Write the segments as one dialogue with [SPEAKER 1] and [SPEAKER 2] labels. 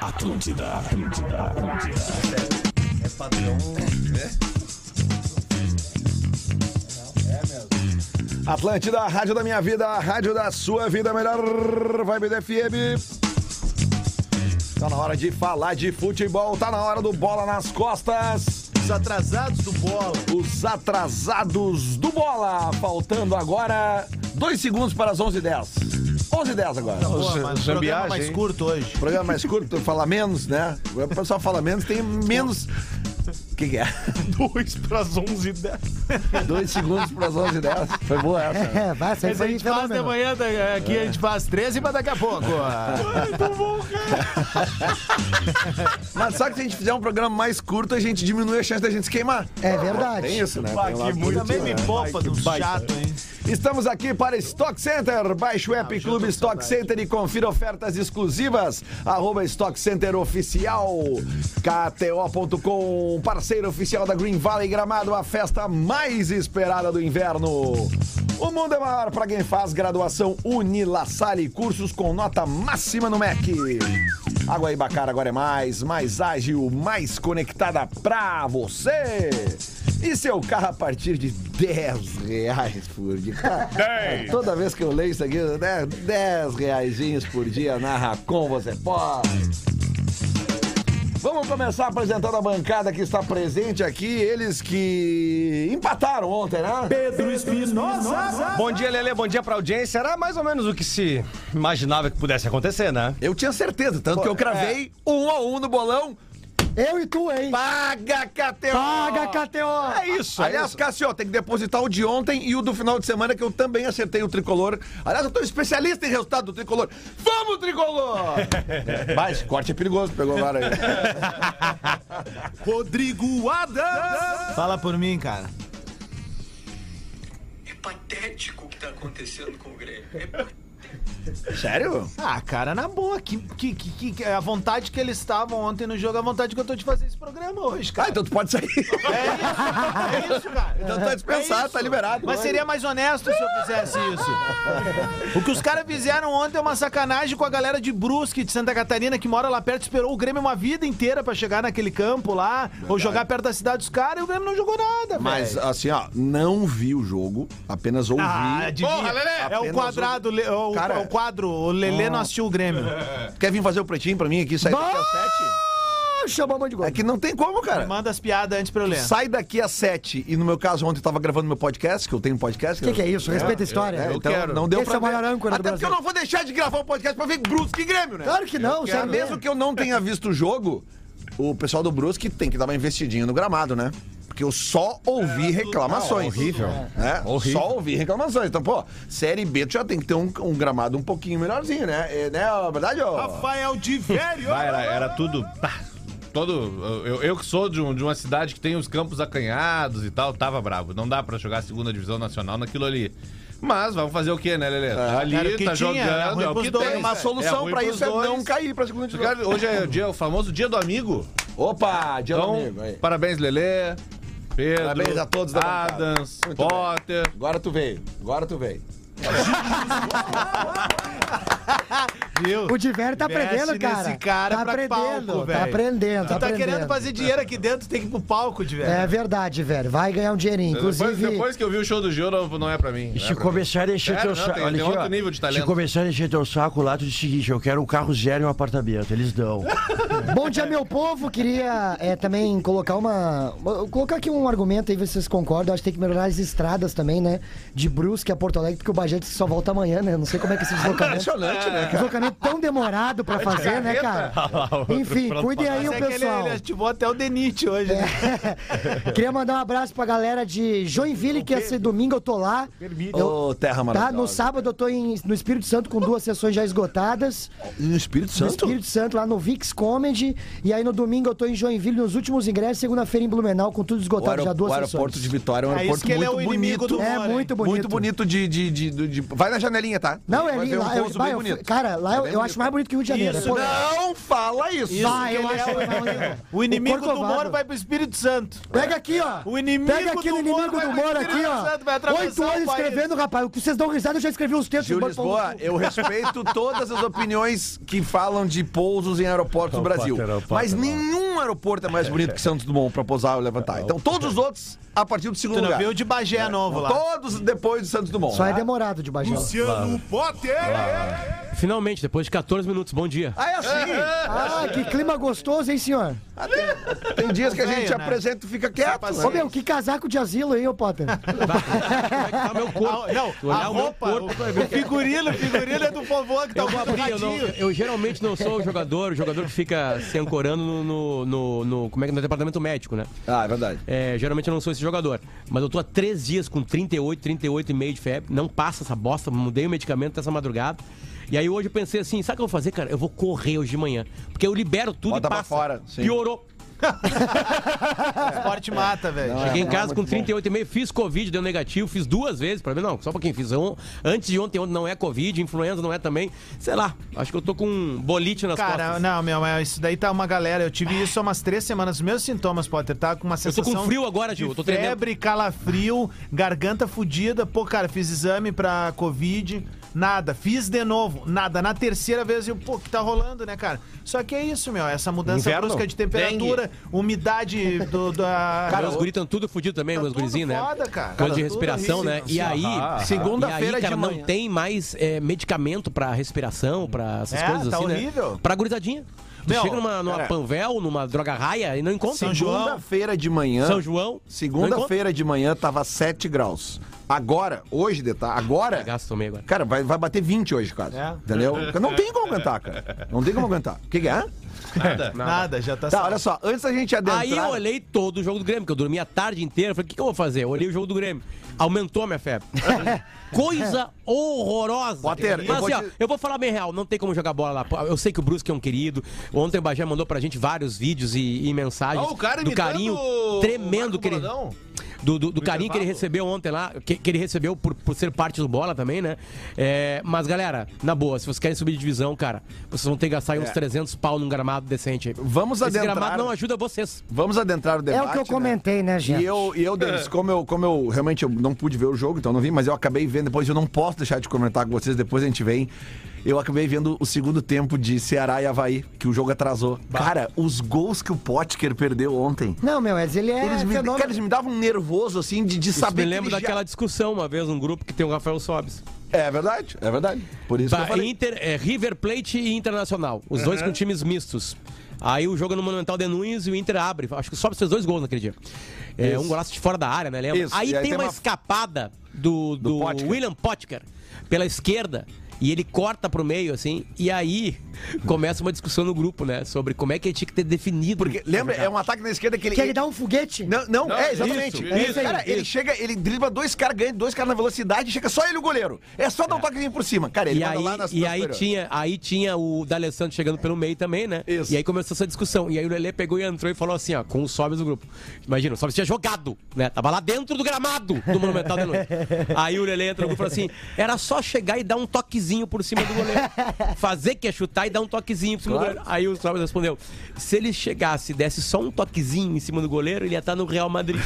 [SPEAKER 1] Atlântida, Atlântida, Atlântida.
[SPEAKER 2] É padrão, né?
[SPEAKER 3] É, Atlântida, a rádio da minha vida, a rádio da sua vida, a melhor vibe da FM. Tá na hora de falar de futebol, tá na hora do bola nas costas.
[SPEAKER 2] Os atrasados do bola.
[SPEAKER 3] Os atrasados do bola, faltando agora dois segundos para as 11h10. 11h10 agora.
[SPEAKER 2] Boa,
[SPEAKER 4] Os-
[SPEAKER 2] mas o
[SPEAKER 4] zambiagem,
[SPEAKER 2] programa mais
[SPEAKER 4] hein?
[SPEAKER 2] curto hoje.
[SPEAKER 3] Programa mais curto, fala menos, né? O pessoal fala menos, tem menos. O que, que é?
[SPEAKER 4] 2 para as 11 e 10.
[SPEAKER 3] Dois segundos para as 11h10. Foi boa essa.
[SPEAKER 5] É, vai, essa aí
[SPEAKER 2] Mas a
[SPEAKER 5] né, foi
[SPEAKER 2] gente faz né, de
[SPEAKER 5] fenômeno.
[SPEAKER 2] manhã, da- aqui a gente faz 13, mas daqui a pouco.
[SPEAKER 3] Mas só que se a gente fizer um programa mais curto, a gente diminui a chance da gente se queimar.
[SPEAKER 5] É verdade.
[SPEAKER 3] Tem isso, né? Tem um lado
[SPEAKER 2] muito também me poupa do chato, hein?
[SPEAKER 3] Estamos aqui para Stock Center. Baixe o app Clube Stock Center e confira ofertas exclusivas. Arroba Stock Center Oficial. KTO.com, parceiro oficial da Green Valley Gramado, a festa mais esperada do inverno. O mundo é maior para quem faz graduação Unilassale, cursos com nota máxima no MEC. Água Ibacara agora é mais, mais ágil, mais conectada pra você. E seu carro a partir de 10 reais por dia. Cara, Toda vez que eu leio isso aqui, né, 10 reaisinhos por dia na Racon você pode. Vamos começar apresentando a bancada que está presente aqui, eles que empataram ontem, né?
[SPEAKER 4] Bom dia, Lelê. Bom dia pra audiência. Era mais ou menos o que se imaginava que pudesse acontecer, né?
[SPEAKER 3] Eu tinha certeza, tanto que eu cravei um a um no bolão.
[SPEAKER 5] Eu e tu, hein?
[SPEAKER 3] Paga, KTO!
[SPEAKER 5] Paga, KTO!
[SPEAKER 4] É isso.
[SPEAKER 3] Aliás,
[SPEAKER 4] é isso.
[SPEAKER 3] Cássio, tem que depositar o de ontem e o do final de semana, que eu também acertei o tricolor. Aliás, eu tô especialista em resultado do tricolor. Vamos, tricolor! É, Mas corte é perigoso, pegou agora aí.
[SPEAKER 2] Rodrigo Adams! Fala por mim, cara.
[SPEAKER 6] É patético o que tá acontecendo com o Grêmio. É
[SPEAKER 3] Sério?
[SPEAKER 2] Ah, cara, na boa. Que, que, que, que- que- a vontade que eles estavam ontem no jogo, a vontade que eu tô de fazer esse programa hoje,
[SPEAKER 3] Ah,
[SPEAKER 2] cara.
[SPEAKER 3] então tu pode sair.
[SPEAKER 2] É isso, é isso, cara.
[SPEAKER 3] Então tá dispensado,
[SPEAKER 2] É isso.
[SPEAKER 3] tá liberado.
[SPEAKER 2] Mas seria mais honesto se eu fizesse isso. O que os caras fizeram ontem é uma sacanagem com a galera de Brusque, de Santa Catarina, que mora lá perto, esperou o Grêmio uma vida inteira pra chegar naquele campo lá, ou jogar perto da cidade dos caras, e o Grêmio não jogou nada,
[SPEAKER 3] Mas
[SPEAKER 2] velho.
[SPEAKER 3] assim, ó, não vi o jogo, apenas ouvi.
[SPEAKER 2] Ah, adivinha.
[SPEAKER 4] Porra, Lelê!
[SPEAKER 2] é o quadrado, le- é o,
[SPEAKER 3] Cara,
[SPEAKER 2] é o quadro, o Lelê não assistiu o Grêmio.
[SPEAKER 3] Quer vir fazer o pretinho pra mim aqui, sair daqui às sete?
[SPEAKER 5] Ah, chamou a mão de gol.
[SPEAKER 3] É que não tem como, cara.
[SPEAKER 2] Manda as piadas antes pra eu ler.
[SPEAKER 3] Sai daqui às sete, e no meu caso, ontem eu tava gravando meu podcast, que eu tenho um podcast.
[SPEAKER 5] O que, que é isso? Respeita a história.
[SPEAKER 3] É, então não deu
[SPEAKER 5] Esse
[SPEAKER 3] pra
[SPEAKER 5] é o maior
[SPEAKER 3] ver.
[SPEAKER 5] âncora do
[SPEAKER 3] Até porque
[SPEAKER 5] Brasil.
[SPEAKER 3] eu não vou deixar de gravar o podcast pra ver Brusque e Grêmio, né?
[SPEAKER 5] Claro que não,
[SPEAKER 3] Quero,
[SPEAKER 5] sabe
[SPEAKER 3] mesmo que eu não tenha visto o jogo, o pessoal do Brusque tem que dar uma investidinha no gramado, né? Porque eu só ouvi reclamações. horrível. É, Só ouvi reclamações. Então, pô, Série B tu já tem que ter um, um gramado um pouquinho melhorzinho, né? É, né, ó, verdade, ó?
[SPEAKER 2] Rafael de Vério!
[SPEAKER 4] Vai, era, era tudo. pá, Todo, eu, eu que sou de, um- de uma cidade que tem os campos acanhados e tal, tava bravo. Não dá pra jogar a segunda divisão nacional naquilo ali. Mas vamos fazer o quê, né, Lelê?
[SPEAKER 3] Ah,
[SPEAKER 4] ali
[SPEAKER 2] Era o que
[SPEAKER 4] tá
[SPEAKER 2] tinha, era
[SPEAKER 4] jogando,
[SPEAKER 2] ruim
[SPEAKER 4] é o
[SPEAKER 2] pros
[SPEAKER 4] que
[SPEAKER 2] dois.
[SPEAKER 4] tem.
[SPEAKER 3] Uma
[SPEAKER 4] É
[SPEAKER 3] solução
[SPEAKER 4] ruim
[SPEAKER 3] pra
[SPEAKER 4] pros
[SPEAKER 3] isso é
[SPEAKER 4] dois.
[SPEAKER 3] não cair pra segunda divisão.
[SPEAKER 4] Cara, Hoje é o, dia, o famoso dia do amigo.
[SPEAKER 3] Opa, dia
[SPEAKER 4] Então,
[SPEAKER 3] do amigo. Aí.
[SPEAKER 4] parabéns, Lelê. Pedro,
[SPEAKER 3] Parabéns a todos da bancada.
[SPEAKER 4] Adams,
[SPEAKER 3] Muito bem.
[SPEAKER 4] Potter.
[SPEAKER 3] Agora tu veio, agora tu veio.
[SPEAKER 2] Viu?
[SPEAKER 5] O Diver tá
[SPEAKER 2] Investe
[SPEAKER 5] aprendendo,
[SPEAKER 2] nesse
[SPEAKER 5] cara.
[SPEAKER 2] cara
[SPEAKER 5] tá
[SPEAKER 2] pra
[SPEAKER 5] aprendendo,
[SPEAKER 2] palco,
[SPEAKER 5] tá
[SPEAKER 2] velho.
[SPEAKER 5] aprendendo,
[SPEAKER 2] Tu tá
[SPEAKER 5] tá aprendendo.
[SPEAKER 2] querendo fazer dinheiro aqui dentro, tem que ir pro palco, de velho.
[SPEAKER 5] É verdade, velho. Vai ganhar um dinheirinho.
[SPEAKER 4] Depois,
[SPEAKER 5] Inclusive,
[SPEAKER 4] depois que eu vi o show do Gil, não, não é pra mim. não é
[SPEAKER 7] Se
[SPEAKER 4] pra
[SPEAKER 7] começar a encher
[SPEAKER 4] Sério?
[SPEAKER 7] teu
[SPEAKER 4] Não,
[SPEAKER 7] saco.
[SPEAKER 4] tem-
[SPEAKER 7] olha
[SPEAKER 4] tem
[SPEAKER 7] aqui, ó.
[SPEAKER 4] outro nível de
[SPEAKER 7] Se
[SPEAKER 4] talento.
[SPEAKER 7] começar a encher teu saco lá, tu diz o seguinte: eu quero um carro zero e um apartamento. Eles dão.
[SPEAKER 5] bom dia, meu povo. Queria é, também colocar uma. Colocar aqui um argumento aí, ver se vocês concordam. Acho que tem que melhorar as estradas também, né? De Brusque a Porto Alegre, porque o Bagé disse que só volta amanhã, né? Não sei como é que esse deslocamento.
[SPEAKER 3] Impressionante, né, cara?
[SPEAKER 5] Deslocamento tão demorado pra fazer, né, cara? Enfim, cuidem aí o
[SPEAKER 2] Mas é que ele,
[SPEAKER 5] pessoal.
[SPEAKER 2] ele ativou até o Denite hoje, né?
[SPEAKER 5] Queria mandar um abraço pra galera de Joinville, que esse domingo eu tô lá. Eu,
[SPEAKER 3] Ô, terra
[SPEAKER 5] tá?
[SPEAKER 3] maravilhosa.
[SPEAKER 5] No sábado eu tô em- no Espírito Santo com duas sessões já esgotadas.
[SPEAKER 3] No Espírito
[SPEAKER 5] No
[SPEAKER 3] Santo?
[SPEAKER 5] Espírito Santo, lá no Vix Comedy. E aí no domingo eu tô em Joinville, nos últimos ingressos, segunda-feira em Blumenau, com tudo
[SPEAKER 3] O,
[SPEAKER 5] esgotado
[SPEAKER 3] aero-
[SPEAKER 5] já duas
[SPEAKER 3] o aeroporto
[SPEAKER 5] sessões.
[SPEAKER 3] de Vitória é um
[SPEAKER 2] É isso
[SPEAKER 3] aeroporto
[SPEAKER 2] que ele é
[SPEAKER 3] muito
[SPEAKER 2] o inimigo
[SPEAKER 3] bonito.
[SPEAKER 2] do
[SPEAKER 5] É
[SPEAKER 2] Mora, hein?
[SPEAKER 5] muito bonito.
[SPEAKER 3] Muito bonito de, de, de, do- de- Vai na janelinha, tá?
[SPEAKER 5] Não, é
[SPEAKER 3] Vai
[SPEAKER 5] ali.
[SPEAKER 3] ver um
[SPEAKER 5] Lá, eu,
[SPEAKER 3] pouso
[SPEAKER 5] bah,
[SPEAKER 3] bem
[SPEAKER 5] eu fui-
[SPEAKER 3] bonito.
[SPEAKER 5] cara, lá
[SPEAKER 3] É
[SPEAKER 5] eu,
[SPEAKER 3] bem
[SPEAKER 5] eu acho
[SPEAKER 3] bonito.
[SPEAKER 5] mais bonito que o Rio de Janeiro.
[SPEAKER 2] Isso,
[SPEAKER 5] é, pô,
[SPEAKER 3] Não fala isso!
[SPEAKER 5] bah, eu acho mais bonito.
[SPEAKER 2] O inimigo do
[SPEAKER 5] Corcovado.
[SPEAKER 2] Moro vai pro Espírito Santo.
[SPEAKER 5] Pega aqui, ó.
[SPEAKER 2] O inimigo
[SPEAKER 5] Pega aqui
[SPEAKER 2] do
[SPEAKER 5] o
[SPEAKER 2] Moro
[SPEAKER 5] inimigo
[SPEAKER 2] vai
[SPEAKER 5] do
[SPEAKER 2] pro
[SPEAKER 5] Moro aqui,
[SPEAKER 2] Espírito Santo, vai
[SPEAKER 5] ó.
[SPEAKER 2] atravessar
[SPEAKER 5] Oito
[SPEAKER 2] o
[SPEAKER 5] anos
[SPEAKER 2] país.
[SPEAKER 5] escrevendo, rapaz. O que vocês dão risada, eu já escrevi uns textos.
[SPEAKER 3] Gil
[SPEAKER 5] do Moro
[SPEAKER 3] Lisboa,
[SPEAKER 5] Paulo.
[SPEAKER 3] eu respeito todas as opiniões que falam de pousos em aeroportos do Brasil. mas nenhum aeroporto é mais bonito que Santos Dumont pra pousar ou levantar. Então todos os outros a partir do segundo
[SPEAKER 2] Tu não
[SPEAKER 3] lugar.
[SPEAKER 2] viu o de Bagé
[SPEAKER 8] É.
[SPEAKER 2] novo lá.
[SPEAKER 3] Todos depois de Santos Dumont.
[SPEAKER 5] Só é demorado de Bagé.
[SPEAKER 8] Finalmente, depois de 14 minutos, bom dia.
[SPEAKER 3] Ah, é assim.
[SPEAKER 5] Ah, que clima gostoso, hein, senhor?
[SPEAKER 3] Ah, Tem dias que a gente
[SPEAKER 2] Velho, né?
[SPEAKER 3] apresenta e fica quieto. né?
[SPEAKER 5] Ô, meu, que casaco de asilo, hein, ô Potter? É
[SPEAKER 8] Tá meu corpo.
[SPEAKER 2] Ah, não, a
[SPEAKER 8] olhar o meu
[SPEAKER 2] roupa, o o figurino, o figurino é do vovô que tá
[SPEAKER 8] Eu,
[SPEAKER 2] com a
[SPEAKER 8] abri, Então, eu, não- eu geralmente não sou o jogador, o jogador que fica se ancorando no, no, no- no- como é que no departamento médico, né?
[SPEAKER 3] Ah, é verdade.
[SPEAKER 8] É, geralmente eu não sou esse jogador. Mas eu tô há três dias com 38, 38 e meio de febre. Não passa essa bosta, mudei o medicamento essa madrugada. E aí hoje eu pensei assim, sabe o que eu vou fazer, cara? Eu vou correr hoje de manhã. Porque eu libero tudo
[SPEAKER 3] Bota
[SPEAKER 8] e
[SPEAKER 3] pra
[SPEAKER 8] passa.
[SPEAKER 3] fora, sim.
[SPEAKER 8] Piorou. É.
[SPEAKER 2] Esporte mata, velho.
[SPEAKER 3] Ah,
[SPEAKER 8] Cheguei em casa com 38,5, fiz Covid, deu negativo, fiz duas vezes, pra mim não, só pra quem fiz um. Antes de ontem, ontem não é Covid, influenza não é também. Sei lá, acho que eu tô com um bolite nas
[SPEAKER 2] Cara,
[SPEAKER 8] costas.
[SPEAKER 2] não, meu, mas isso daí tá uma galera. Eu tive isso há umas três semanas. Os meus sintomas, Potter, tá com uma
[SPEAKER 8] tô com
[SPEAKER 2] sensação.
[SPEAKER 8] frio agora, Gil,
[SPEAKER 2] de
[SPEAKER 8] eu tô tremendo.
[SPEAKER 2] febre, calafrio, garganta fudida. Pô, cara, fiz exame pra Covid, nada. Fiz de novo, nada. Na terceira vez, eu, pô, que tá rolando, né, cara? Só que é isso, meu, essa mudança
[SPEAKER 4] Inverno.
[SPEAKER 2] brusca de temperatura, umidade do, da.
[SPEAKER 8] Cara, os guris tão tudo fudido também, meus
[SPEAKER 2] Tá tudo
[SPEAKER 8] gurizinhos, né?
[SPEAKER 2] foda, cara.
[SPEAKER 8] Coisa
[SPEAKER 2] Cara,
[SPEAKER 8] de respiração,
[SPEAKER 2] tudo Ah.
[SPEAKER 8] né? E aí,
[SPEAKER 3] Segunda-feira
[SPEAKER 8] e aí, cara,
[SPEAKER 3] de
[SPEAKER 8] não
[SPEAKER 3] manhã.
[SPEAKER 8] tem mais eh, medicamento pra respiração, pra essas
[SPEAKER 2] É,
[SPEAKER 8] coisas
[SPEAKER 2] tá
[SPEAKER 8] assim,
[SPEAKER 2] horrível.
[SPEAKER 8] né? Pra gurizadinha. Tu
[SPEAKER 2] Meu,
[SPEAKER 8] chega numa, numa
[SPEAKER 3] cara.
[SPEAKER 8] Panvel, numa droga raia e não encontra.
[SPEAKER 2] São João.
[SPEAKER 3] Segunda-feira de manhã.
[SPEAKER 8] São João. Não encontra.
[SPEAKER 3] Segunda-feira de manhã tava 7 graus. Agora, hoje, Detá, agora.
[SPEAKER 8] Gasto tomei agora.
[SPEAKER 3] Cara, vai, vai bater 20 hoje, quase.
[SPEAKER 2] É.
[SPEAKER 3] Entendeu? Não tem como aguentar, cara. Não tem como aguentar. O que, que é?
[SPEAKER 2] Nada, já tá.
[SPEAKER 3] Tá,
[SPEAKER 2] sal-
[SPEAKER 3] olha só, antes da gente adentrar.
[SPEAKER 8] Aí eu olhei todo o jogo do Grêmio, que eu dormi a tarde inteira. Falei, o que, que eu vou fazer? Eu olhei o jogo do Grêmio. Aumentou a minha febre. Coisa horrorosa.
[SPEAKER 3] Potter, eu
[SPEAKER 8] Mas
[SPEAKER 3] vou
[SPEAKER 8] assim, ó,
[SPEAKER 3] te-
[SPEAKER 8] eu vou falar bem real, não tem como jogar bola lá. Pô, Eu sei que o Brusque é um querido. Ontem o Bagé mandou pra gente vários vídeos e, e mensagens
[SPEAKER 4] Ó, o cara
[SPEAKER 8] do
[SPEAKER 4] imitando
[SPEAKER 8] carinho
[SPEAKER 4] o
[SPEAKER 8] tremendo
[SPEAKER 4] Marco
[SPEAKER 8] que ele,
[SPEAKER 4] Boladão.
[SPEAKER 8] do, do, do carinho que ele
[SPEAKER 4] intervalo.
[SPEAKER 8] recebeu ontem lá, que, que ele recebeu por, por ser parte do bola também, né? É, mas galera, na boa, se vocês querem subir de divisão, cara, vocês vão ter que gastar aí
[SPEAKER 4] É.
[SPEAKER 8] uns 300 pau num gramado decente. aí.
[SPEAKER 3] Vamos
[SPEAKER 8] Esse
[SPEAKER 3] adentrar.
[SPEAKER 8] gramado não é ajuda vocês.
[SPEAKER 3] Vamos adentrar o
[SPEAKER 5] É
[SPEAKER 3] debate.
[SPEAKER 5] o que eu
[SPEAKER 3] né?
[SPEAKER 5] comentei, né, gente?
[SPEAKER 3] E eu, e eu Denis, como eu, como eu realmente eu não pude ver o jogo, então eu não vi, mas eu acabei vendo, depois eu não posso deixar de comentar com vocês, depois a gente vem. Eu acabei vendo o segundo tempo de Ceará e Havaí, que o jogo atrasou. Cara, os gols que o Potker perdeu ontem.
[SPEAKER 5] Não, meu, mas ele é
[SPEAKER 3] Eles me,
[SPEAKER 5] fenômeno.
[SPEAKER 3] cara, eles me davam um nervoso, assim, de, de
[SPEAKER 8] Isso
[SPEAKER 3] saber
[SPEAKER 8] me lembro
[SPEAKER 3] que ele já-
[SPEAKER 8] daquela discussão uma vez num grupo que tem o Rafael Sobes.
[SPEAKER 3] É verdade, é verdade. Por isso que eu
[SPEAKER 8] Bah,
[SPEAKER 3] falei.
[SPEAKER 8] Inter, é, River Plate e Internacional. Os dois com times mistos. Aí o jogo é no Monumental de Nunes e o Inter abre. Acho que Sobes fez dois gols naquele dia. É, um golaço de fora da área, né? Lembra?
[SPEAKER 3] Isso,
[SPEAKER 8] Aí
[SPEAKER 3] e aí
[SPEAKER 8] tem
[SPEAKER 3] tem
[SPEAKER 8] uma
[SPEAKER 3] uma-
[SPEAKER 8] escapada do, do,
[SPEAKER 3] Potker.
[SPEAKER 8] William Potker pela esquerda. E ele corta pro meio, assim, e aí começa uma discussão no grupo, né? Sobre como é que ele tinha que ter definido.
[SPEAKER 3] Porque, lembra, é um ataque na esquerda que ele.
[SPEAKER 5] Quer ele dar um foguete?
[SPEAKER 3] Não, não,
[SPEAKER 4] Não,
[SPEAKER 3] é exatamente.
[SPEAKER 4] isso,
[SPEAKER 5] isso,
[SPEAKER 3] cara, ele chega, ele dribla dois caras, ganha dois caras na velocidade, chega só ele e o goleiro. É só dar um toquezinho por cima. Cara, ele
[SPEAKER 8] E
[SPEAKER 3] manda
[SPEAKER 8] aí,
[SPEAKER 3] lá nas
[SPEAKER 8] e
[SPEAKER 3] nas
[SPEAKER 8] aí,
[SPEAKER 3] superiores.
[SPEAKER 8] tinha, aí tinha o D'Alessandro chegando pelo meio também, né?
[SPEAKER 3] Isso.
[SPEAKER 8] E aí começou essa discussão. E aí o Lelê pegou e entrou e falou assim, ó, com o Sobes no grupo. Imagina, o Sobes tinha jogado, né? Tava lá dentro do gramado do Monumental da Noite. Aí o Lelê entrou no grupo e falou assim, era só chegar e dar um toquezinho por cima do goleiro. Fazer que é chutar e dar um toquezinho por cima do goleiro. Aí o Sobes respondeu, se ele chegasse e desse só um toquezinho em cima do goleiro, ele ia estar no Real Madrid.